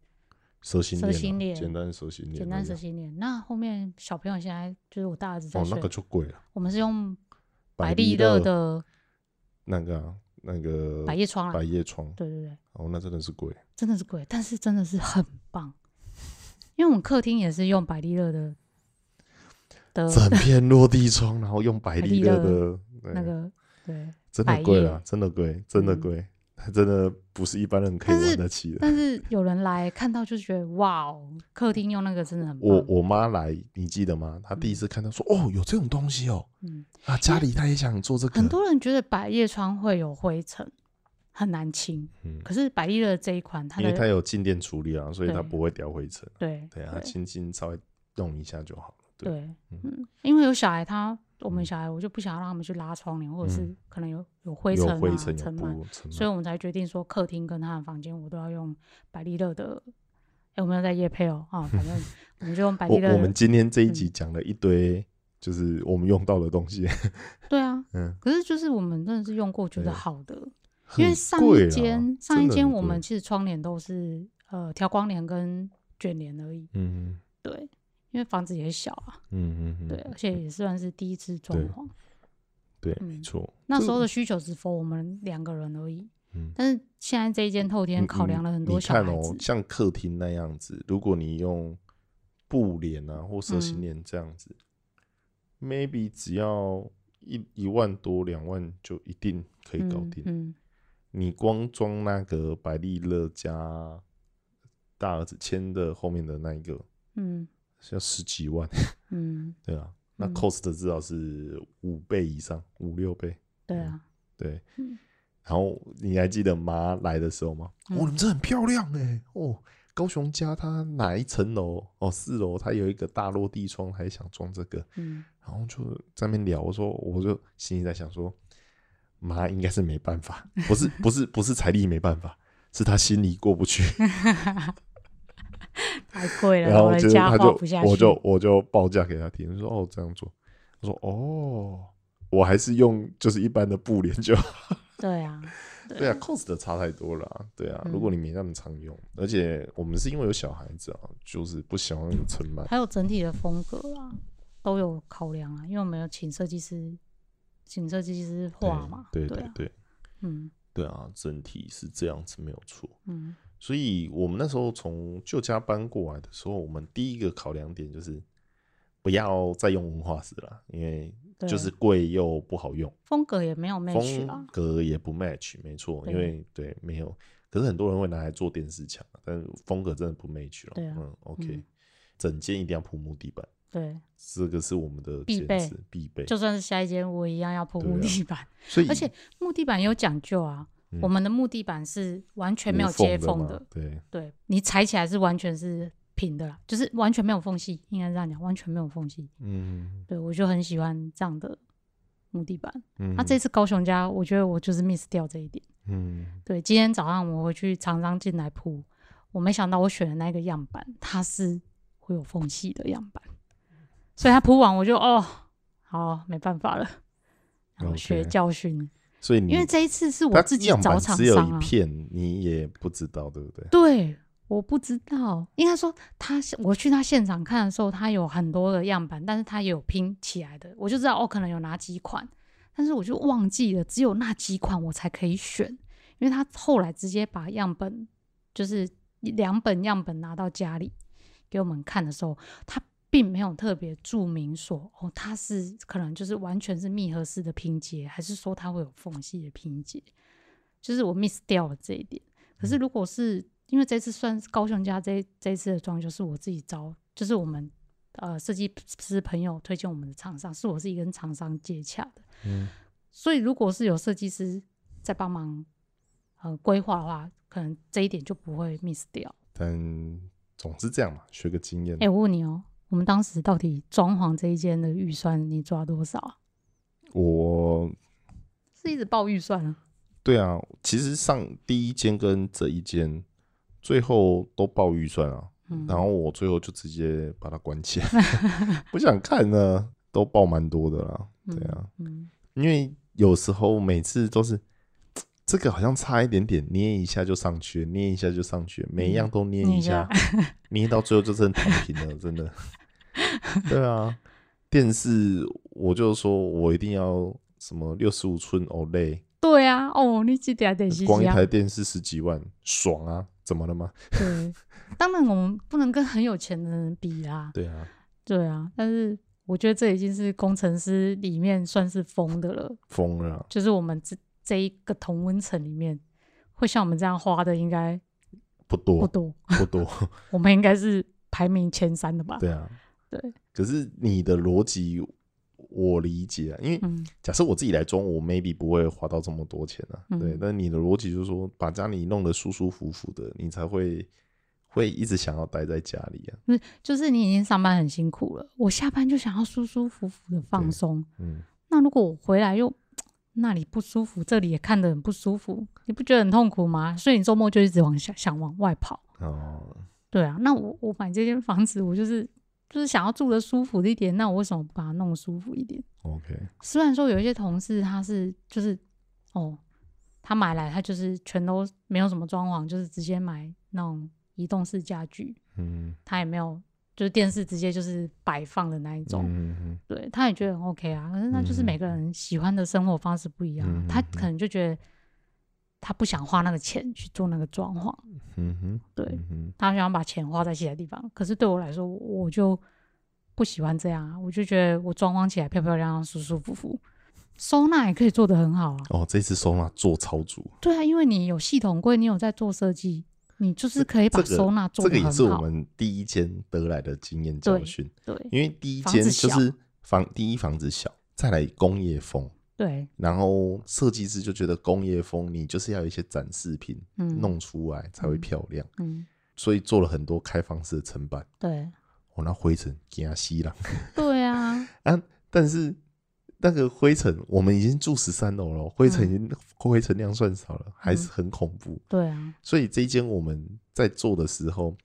A: 蛇形
B: 蛇形
A: 帘、
B: 帘
A: 啊，简单蛇形帘而已啊，
B: 简单蛇形帘。那后面小朋友现在就是我大儿子在
A: 哦，
B: 睡，
A: 那个就贵了，
B: 我们是用
A: 百
B: 丽
A: 丽乐
B: 乐的
A: 那个啊、那个
B: 百叶窗啊
A: 百，叶窗，
B: 对对对，
A: 哦，那真的是贵，
B: 真的是贵，但是真的是很棒，因为我们客厅也是用百丽乐的的
A: 整片落地窗，然后用百丽乐的
B: 那
A: 对
B: 个对
A: 真
B: 百
A: 的贵
B: 叶
A: 啊，真的贵，真的
B: 嗯
A: 贵。 它真的不是一般人可以
B: 但是
A: 玩得起的。
B: 但是有人来看到就觉得哇哦，客厅用那个真的很棒。
A: 我我妈来，你记得吗？她第一次看到说：“哦，有这种东西哦
B: 嗯，！”
A: 啊，家里她也想做这个。
B: 很多人觉得百叶窗会有灰尘，很难清。
A: 嗯
B: 可是百叶的这一款，它
A: 因为它
B: 的
A: 有静电处理啊，所以它
B: 对
A: 不会掉灰尘。
B: 对
A: 对啊，它轻轻稍微弄一下就好了。对
B: 对，
A: 嗯
B: 嗯，因为有小孩他，我们
A: 嗯
B: 小孩我就不想让他们去拉窗帘，或者是
A: 嗯
B: 可能有有灰尘
A: 有
B: 啊
A: 灰尘、有
B: 尘
A: 布
B: 螨，、
A: 尘
B: 所以
A: 螨，
B: 我们才决定说客厅跟他的房间我都要用百丽乐的。哎，我们要在夜配哦，啊，反正我们就用百丽乐
A: 我
B: 的。
A: 我们今天
B: 嗯
A: 这一集讲了一堆，就是我们用到的东西，
B: 对啊，
A: 嗯，
B: 可是就是我们真的是用过觉得
A: 对
B: 好的，
A: 很
B: 因为上
A: 贵
B: 一
A: 啊
B: 间上一
A: 真的
B: 间
A: 很
B: 我
A: 贵
B: 们其实窗帘都是呃调光帘跟卷帘而已，
A: 嗯
B: 对，因为房子也小啊，
A: 嗯嗯嗯，
B: 对，而且也算是第一次装
A: 对
B: 潢，
A: 对，没
B: 嗯
A: 错。
B: 那时候
A: 这
B: 的需求只否我们两个人而已，
A: 嗯
B: 但是现在这一间透天
A: 你
B: 考量了很多
A: 嗯你
B: 小孩
A: 看
B: 子，
A: 哦，像客厅那样子，如果你用布帘啊或蛇形
B: 嗯
A: 帘这样子、m a y b e 只要一一万多两万就一定可以搞定。
B: 嗯，嗯
A: 你光装那个百利乐加大儿子签的后面的那一个
B: 嗯
A: 是要十几万，
B: 嗯，
A: 对啊，那
B: 嗯
A: cost 至少是五倍以上，五六倍，
B: 对啊，
A: 对。
B: 嗯
A: 然后你还记得妈来的时候吗？
B: 嗯
A: 哦，你们这很漂亮哎、哦，高雄家它哪一层楼？哦，四楼，它有一个大落地窗，还想装这个。
B: 嗯，
A: 然后就在那边聊，我说，我就心里在想说，妈应该是没办法，不是不是不是财力没办法，是他心里过不 去。
B: 太贵
A: 然
B: 了，老
A: 后就
B: 人
A: 是
B: 家
A: 他
B: 花
A: 就
B: 不下去，
A: 我就我就报价给他听，说哦这样做，我说哦，我还是用就是一般的布帘就好。
B: 对啊，嗯
A: 对啊，cost 的差太多了啊、对啊，如果你没那么常用，而且我们是因为有小孩子啊，就是不喜欢有尘螨。
B: 还有整体的风格啊，都有考量啊，因为我们有请设计师，请设计师画嘛，
A: 对
B: 对
A: 对
B: 啊，
A: 对
B: 嗯
A: 对啊，整体是这样子没有错。
B: 嗯
A: 所以我们那时候从旧家搬过来的时候，我们第一个考量点就是不要再用文化石了，因为
B: 对
A: 就是贵又不好用。
B: 风格也没有 match
A: 风
B: 啊，嗯
A: 格也不 match，没错，
B: 对
A: 因为对没有，可是很多人会拿来做电视墙，但是风格真的不 match 了。
B: 对啊
A: 嗯，OK，
B: 嗯
A: 整间一定要铺木地板，
B: 对，
A: 这个是我们的
B: 必
A: 坚
B: 备
A: 持必备。
B: 就算是下一间我一样要铺木
A: 对啊
B: 地板，
A: 所以
B: 而且木地板有讲究啊，
A: 嗯
B: 我们的木地板是完全没有
A: 无缝
B: 接缝
A: 嘛
B: 的，
A: 对，
B: 对你踩起来是完全是平的啦，就是完全没有缝隙，应该这样讲，完全没有缝隙，
A: 嗯
B: 对我就很喜欢这样的木地板。
A: 嗯，
B: 那、啊这次高雄家，我觉得我就是 miss 掉这一点。
A: 嗯
B: 对，今天早上我回去厂商进来铺，我没想到我选的那个样板，它是会有缝隙的样板，所以它铺完我就哦，好，没办法了，然后学
A: OK
B: 教训
A: 所以你
B: 因为这一次是
A: 它
B: 我自己
A: 样
B: 找
A: 板
B: 厂
A: 只有
B: 商
A: 一
B: 啊，
A: 片，你也不知道对不对？
B: 对，我不知道，应该说他我去他现场看的时候，他有很多的样板，但是他也有拼起来的，我就知道哦，可能有哪几款，但是我就忘记了，只有那几款我才可以选，因为他后来直接把样本就是两本样本拿到家里给我们看的时候，他。并没有特别注明说哦，它是可能就是完全是密合式的拼接，还是说它会有缝隙的拼接，就是我 miss 掉了这一点。可是如果是因为这次算是高雄家这这一次的装修是我自己招，就是我们呃设计师朋友推荐我们的厂商，是我自己跟厂商接洽的。
A: 嗯，
B: 所以如果是有设计师在帮忙呃规划的话，可能这一点就不会 miss 掉。
A: 但总是这样嘛，学个经验
B: 哎、。我问你哦，我们当时到底装潢这一间的预算你抓多少啊？
A: 我
B: 是一直报预算啊？
A: 对啊，其实上第一间跟这一间最后都报预算啊，
B: 嗯
A: 然后我最后就直接把它关 起来， 不想看呢，都报蛮多的啦，对啊，
B: 嗯，
A: 因为有时候每次都是这个好像差一点点，捏一下就上去了，捏一下就上去了，每一
B: 嗯
A: 样都捏一下，捏到最后就是很躺平了，真的。 对啊，电视我就说我一定要什么六十五寸 OLED。
B: 对啊，哦，你几点得洗
A: 光一
B: 啊？
A: 台电视十几万，爽啊！怎么了吗？
B: 对，当然我们不能跟很有钱的人比啦。
A: 对啊，
B: 对啊，但是我觉得这已经是工程师里面算是疯的了，
A: 疯了啊、
B: 就是我们这这一个同温层里面，会像我们这样花的应该
A: 不
B: 不
A: 多
B: 多，
A: 不多，
B: 我们应该是排名前三的吧？
A: 对啊。
B: 对，
A: 可是你的逻辑我理解啊，因为
B: 嗯
A: 假设我自己来装，我 maybe 不会花到这么多钱啊。
B: 嗯
A: 对，但你的逻辑就是说，把家里弄得舒舒服服的，你才会会一直想要待在家里啊。
B: 就是你已经上班很辛苦了，我下班就想要舒舒服服的放
A: 对
B: 松。
A: 嗯，
B: 那如果我回来又那里不舒服，这里也看得很不舒服，你不觉得很痛苦吗？所以你周末就一直往想想往外跑。
A: 哦，
B: 对啊，那我我买这间房子，我就是就是想要住的舒服一点，那我为什么不把它弄舒服一点？
A: OK，
B: 虽然说有一些同事他是就是哦，他买来他就是全都没有什么装潢，就是直接买那种移动式家具，
A: 嗯，
B: 他也没有就是电视直接就是摆放的那一种，
A: 嗯
B: 对，他也觉得很 OK 啊。可是那就是
A: 嗯
B: 每个人喜欢的生活方式不一样啊，
A: 嗯
B: 他
A: 嗯嗯
B: 可能就觉得他不想花那个钱去做那个装潢，
A: 嗯哼，
B: 对
A: 嗯哼，
B: 他想把钱花在其他地方。可是对我来说，我就不喜欢这样啊，我就觉得我装潢起来漂漂亮亮、舒舒服服，收纳也可以做得很好啊。
A: 哦，这次收纳做超足，
B: 对啊，因为你有系统柜，你有在做设计，你就是可以把
A: 这个
B: 收纳做
A: 这
B: 得
A: 个
B: 很好。
A: 也是我们第一间得来的经验教训，
B: 对
A: 因为第一
B: 房
A: 间
B: 子
A: 就
B: 小
A: 是房第一房子小，再来工业风，
B: 对，
A: 然后设计师就觉得工业风你就是要有一些展示品
B: 嗯，
A: 弄出来才会
B: 嗯
A: 漂亮，
B: 嗯，
A: 所以做了很多开放式的层板，
B: 对，
A: 哦，那灰尘给它吸了，
B: 对啊，
A: 但是。那个灰尘，我们已经住十三楼了，灰尘已经、灰尘量算少了，还是很恐怖。
B: 对啊，
A: 所以这一间我们在做的时候，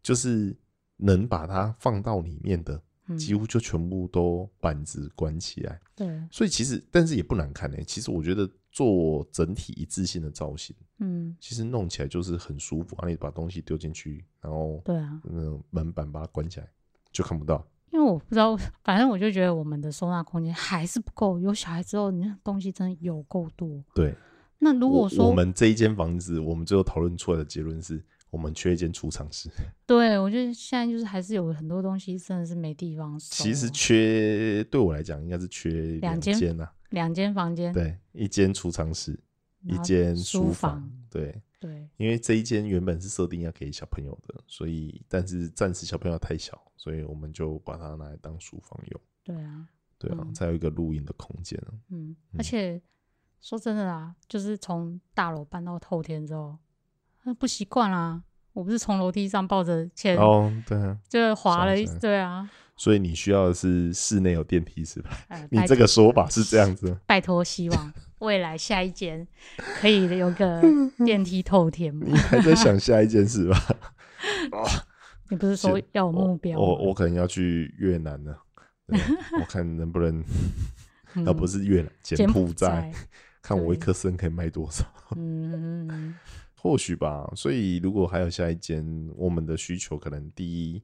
A: 就是能把它放到里面的，
B: 嗯，
A: 几乎就全部都板子关起来。
B: 对，
A: 所以其实，但是也不难看诶、欸其实我觉得做整体一致性的造型，
B: 嗯，
A: 其实弄起来就是很舒服。啊，你把东西丢进去，然后
B: 对啊，
A: 嗯门板把它关起来，就看不到。
B: 因为我不知道，反正我就觉得我们的收纳空间还是不够。有小孩之后，你那东西真的有够多。
A: 对，
B: 那如果
A: 我
B: 说
A: 我们这一间房子，我们最后讨论出来的结论是我们缺一间储藏室。
B: 对，我觉得现在就是还是有很多东西真的是没地方收啊。
A: 其实缺对我来讲应该是缺两
B: 两间
A: 间啊，
B: 两间房间，
A: 对，一间储藏室，一
B: 然后
A: 间
B: 书
A: 书
B: 房，
A: 对，
B: 对，
A: 因为这一间原本是设定要给小朋友的，所以但是暂时小朋友太小，所以我们就把它拿来当书房用。
B: 对啊，
A: 对啊，
B: 嗯
A: 才有一个录音的空间啊。
B: 嗯，
A: 嗯
B: 而且说真的啦，就是从大楼搬到后天之后，那不习惯啦。我不是从楼梯上抱着钱，
A: 哦，对啊，
B: 就滑了
A: 想
B: 一
A: 起来，
B: 对啊，
A: 所以你需要的是室内有电梯是吧？
B: 呃
A: 你
B: 拜
A: 这
B: 托？
A: 个说法是这样子吗
B: 拜托，希望未来下一间可以有 个电梯透天
A: 你
B: 嘛。
A: 还在想下一件事吧？
B: 你不是说要有目标吗？啊
A: 我我可能要去越南 了，对我看能不能，
B: 嗯
A: 啊不是越南，柬埔寨，， 看我一
B: 对
A: 颗肾可以卖多少。
B: 嗯嗯嗯
A: 或许吧，所以如果还有下一间，我们的需求可能第一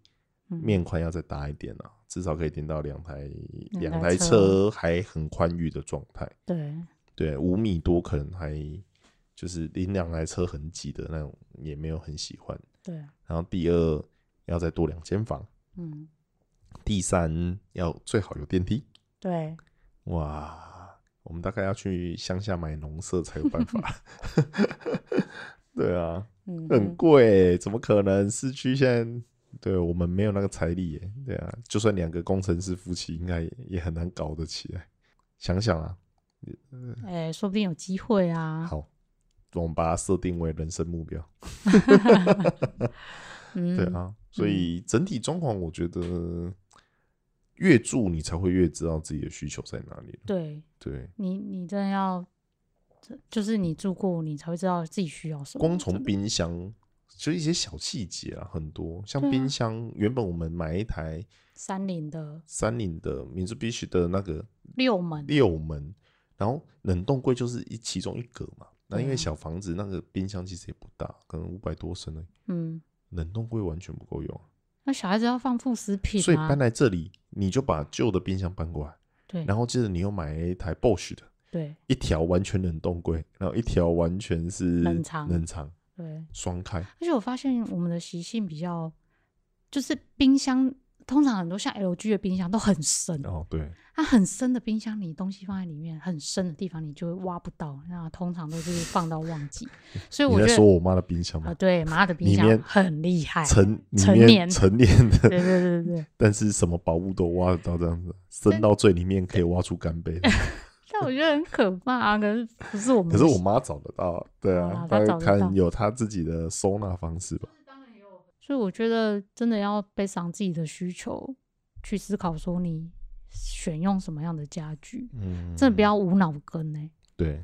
B: 嗯
A: 面宽要再大一点啊，至少可以订到两台
B: 两
A: 两
B: 台
A: 台
B: 车
A: 车还很宽裕的状态。
B: 对，
A: 对，五米多可能还就是拎两台车很挤的那种，也没有很喜欢。
B: 对啊，
A: 然后第二要再多两间房，
B: 嗯，
A: 第三要最好有电梯。
B: 对，
A: 哇，我们大概要去乡下买农舍才有办法。 对啊，
B: 嗯
A: 很
B: 嗯，
A: 贵、欸怎么可能？市区现在对我们没有那个财力耶、对啊，就算两个工程师夫妻，应该也也很难搞得起来。想想啊，
B: 哎，说不定有机会啊。
A: 好，我们把它设定为人生目标，
B: 嗯，
A: 对啊，所以整体装潢，我觉得越住你才会越知道自己的需求在哪里。
B: 对
A: 对，
B: 你你真的要，这就是你住过，你才会知道自己需要什么。
A: 光从
B: 真的
A: 冰箱。就一些小细节啊，很多像
B: 对啊
A: 冰箱，原本我们买一台
B: 山林的
A: 三菱的 Mitsubishi 的那个
B: 六门，
A: 六门，然后冷冻柜就是一其中一格嘛。那因
B: 对啊
A: 为小房子那个冰箱其实也不大，可能五百多升而已，
B: 嗯，
A: 冷冻柜完全不够用啊、
B: 那小孩子要放副食品
A: 所以
B: 啊
A: 搬，来这里，你就把旧的冰箱搬过来，
B: 对
A: 然后接着你又买了一台 Bosch 的，
B: 对
A: 一条完全冷冻柜，然后一条完全是
B: 冷藏
A: 冷藏
B: 对，
A: 双开。
B: 而且我发现我们的习性比较，就是冰箱通常很多像 LG 的冰箱都很深，
A: 哦，对，
B: 它很深的冰箱，你东西放在里面很深的地方，你就会挖不到。那通常都是放到忘 记，所以
A: 你
B: 我
A: 在
B: 觉
A: 说
B: 得
A: 我妈的冰箱
B: 啊，
A: 吗？
B: 对，妈的冰
A: 里
B: 箱
A: 面
B: 很厉害，
A: 成里
B: 成
A: 面
B: 年
A: 成年的，
B: 对对对对对。
A: 但是什么宝物都挖得到，这样子深到最里面可以挖出干 杯。
B: 但我觉得很可怕啊，可是不是我们
A: 可
B: 的
A: 是
B: 习惯？
A: 我妈找得到，对啊
B: 哦，她
A: 她
B: 找得到
A: 看有她自己的收纳方式吧。
B: 所以我觉得真的要背上自己的需求，去思考说你选用什么样的家具，
A: 嗯，
B: 真的不要无脑跟呢、
A: 对。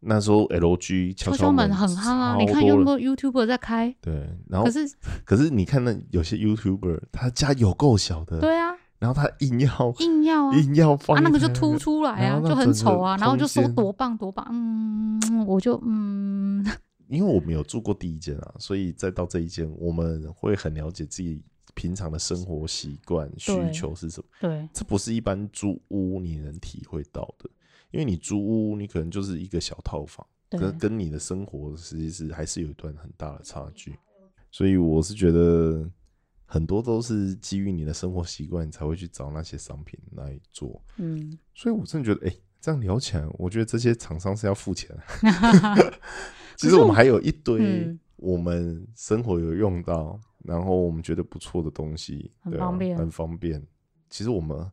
A: 那时候 LG 敲
B: 敲敲门
A: 门
B: 很夯啊，你
A: 超
B: 看
A: 多哦
B: 有
A: 人
B: 没有 YouTuber 在开？
A: 对，然后
B: 可是
A: 可是你看那有些 YouTuber，他家有够小的，
B: 对啊，
A: 然后他硬要
B: 硬要啊，
A: 嗯硬要放
B: 啊
A: 一台
B: 那
A: 那
B: 个就凸出来
A: 然
B: 啊，
A: 后那
B: 就
A: 整个
B: 很丑啊，然后就说
A: 空间
B: 多棒多棒，嗯，我就嗯，
A: 因为我们有住过第一间啊，所以再到这一间，我们会很了解自己平常的生活习惯、需
B: 对
A: 求是什么。
B: 对
A: 这不是一般租屋你能体会到的，因为你租屋，你可能就是一个小套房，
B: 对，
A: 跟跟你的生活实际是还是有一段很大的差距。所以我是觉得很多都是基于你的生活习惯，你才会去找那些商品来做。
B: 嗯，
A: 所以我真的觉得，哎、这样聊起来，我觉得这些厂商是要付 钱的。其实我们还有一堆
B: 嗯
A: 我们生活有用到，然后我们觉得不错的东西，
B: 很
A: 对啊
B: 方便
A: 很方便。其实我们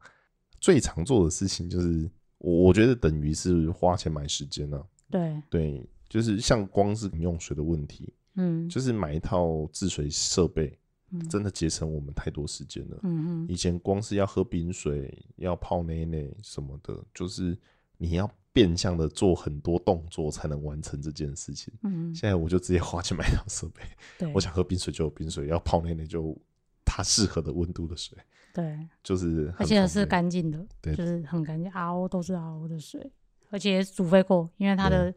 A: 最常做的事情就是，我我觉得等于是花钱买时间了、啊
B: 对，对
A: 对，就是像光是饮用水的问题，
B: 嗯，
A: 就是买一套制水设备，
B: 嗯
A: 真的节省我们太多时间了。
B: 嗯嗯，
A: 以前光是要喝冰水、要泡奶奶什么的，就是你要变相的做很多动作才能完成这件事情。
B: 嗯，
A: 现在我就直接花钱买一套设备，
B: 对，
A: 我想喝冰水就有冰水，要泡奶奶就有它适合的温度的水，
B: 对，
A: 就是很
B: 而且
A: 方
B: 是
A: 便
B: 干净的，
A: 对
B: 就是很干净，RO 都是 RO 的水，而且也是煮沸过，因为它的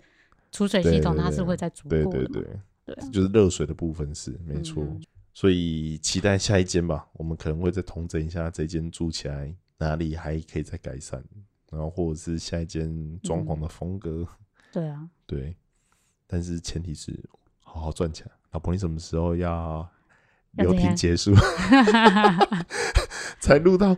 B: 储水
A: 对
B: 系统
A: 对
B: 它
A: 对
B: 是会在煮过
A: 对
B: 的
A: 对
B: 嘛
A: 对，
B: 对啊
A: 就是热水的部分是没错，
B: 嗯嗯
A: 所以期待下一间吧，我们可能会再统整一下这间住起来哪里还可以再改善，然后或者是下一间装
B: 嗯
A: 潢的风格，
B: 对啊，
A: 对，但是前提是好好赚钱。老婆，你什么时候要
B: 要
A: 留
B: 怎
A: 停
B: 样
A: 结束？ 才录到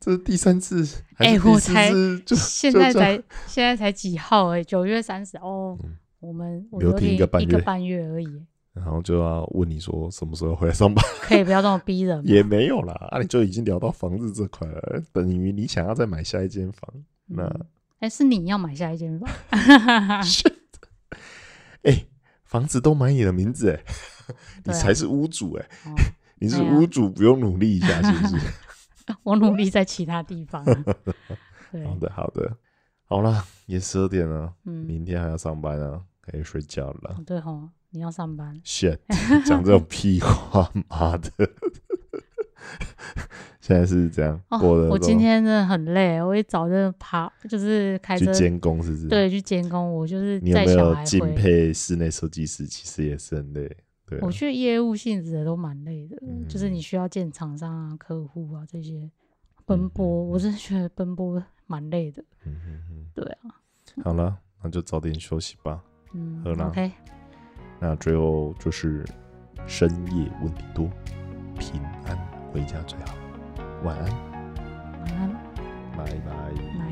A: 这是第三次，还
B: 哎
A: 是
B: 我
A: 第四
B: 才
A: 次就
B: 现
A: 就
B: 在
A: 这样嗯
B: 才现在才几号哎、九月三十哦，我们我
A: 留
B: 留
A: 停一
B: 停
A: 个半
B: 一个
A: 月
B: 半月而已，
A: 然后就要问你说什么时候回来上班。
B: 可以不要这么逼人吗，
A: 也没有啦，啊，你就已经聊到房子这块了，等于你想要再买下一间房，那
B: 嗯哎、是你要买下一间房，
A: 哎、房子都买你的名字哎、你
B: 对啊
A: 才是屋主哎、
B: 哦
A: 你是
B: 对啊
A: 屋主，不用努力一下是不是？
B: 我努力在其他地方、 啊。 对，
A: 好的，好的，好啦，也十二点了，
B: 嗯，哦
A: 明天还要上班啊，可以睡觉了。
B: 对吼，你要上班，
A: shit，讲 这种屁话，妈的！ 现在是这样
B: 哦
A: 过的，
B: 我今天真的很累，我一早就爬，就是开
A: 去
B: 车，
A: 监工是不是？
B: 对，去监工，我就是
A: 你有
B: 带
A: 没
B: 小
A: 有
B: 孩
A: 敬
B: 回。
A: 佩室内设计师？其实也是很累，对啊
B: 我去业务性质的都蛮累的，就是
A: 嗯
B: 你需要见厂商啊、客户啊这些奔波，我真的觉得奔波蛮累的。
A: 嗯嗯嗯，
B: 对
A: 啊。好了，那就早点休息吧。
B: 嗯
A: 荷兰
B: ，OK，
A: 那最后就是深夜问题多，平安回家最好。晚安，
B: 晚安，
A: 拜拜。
B: 拜。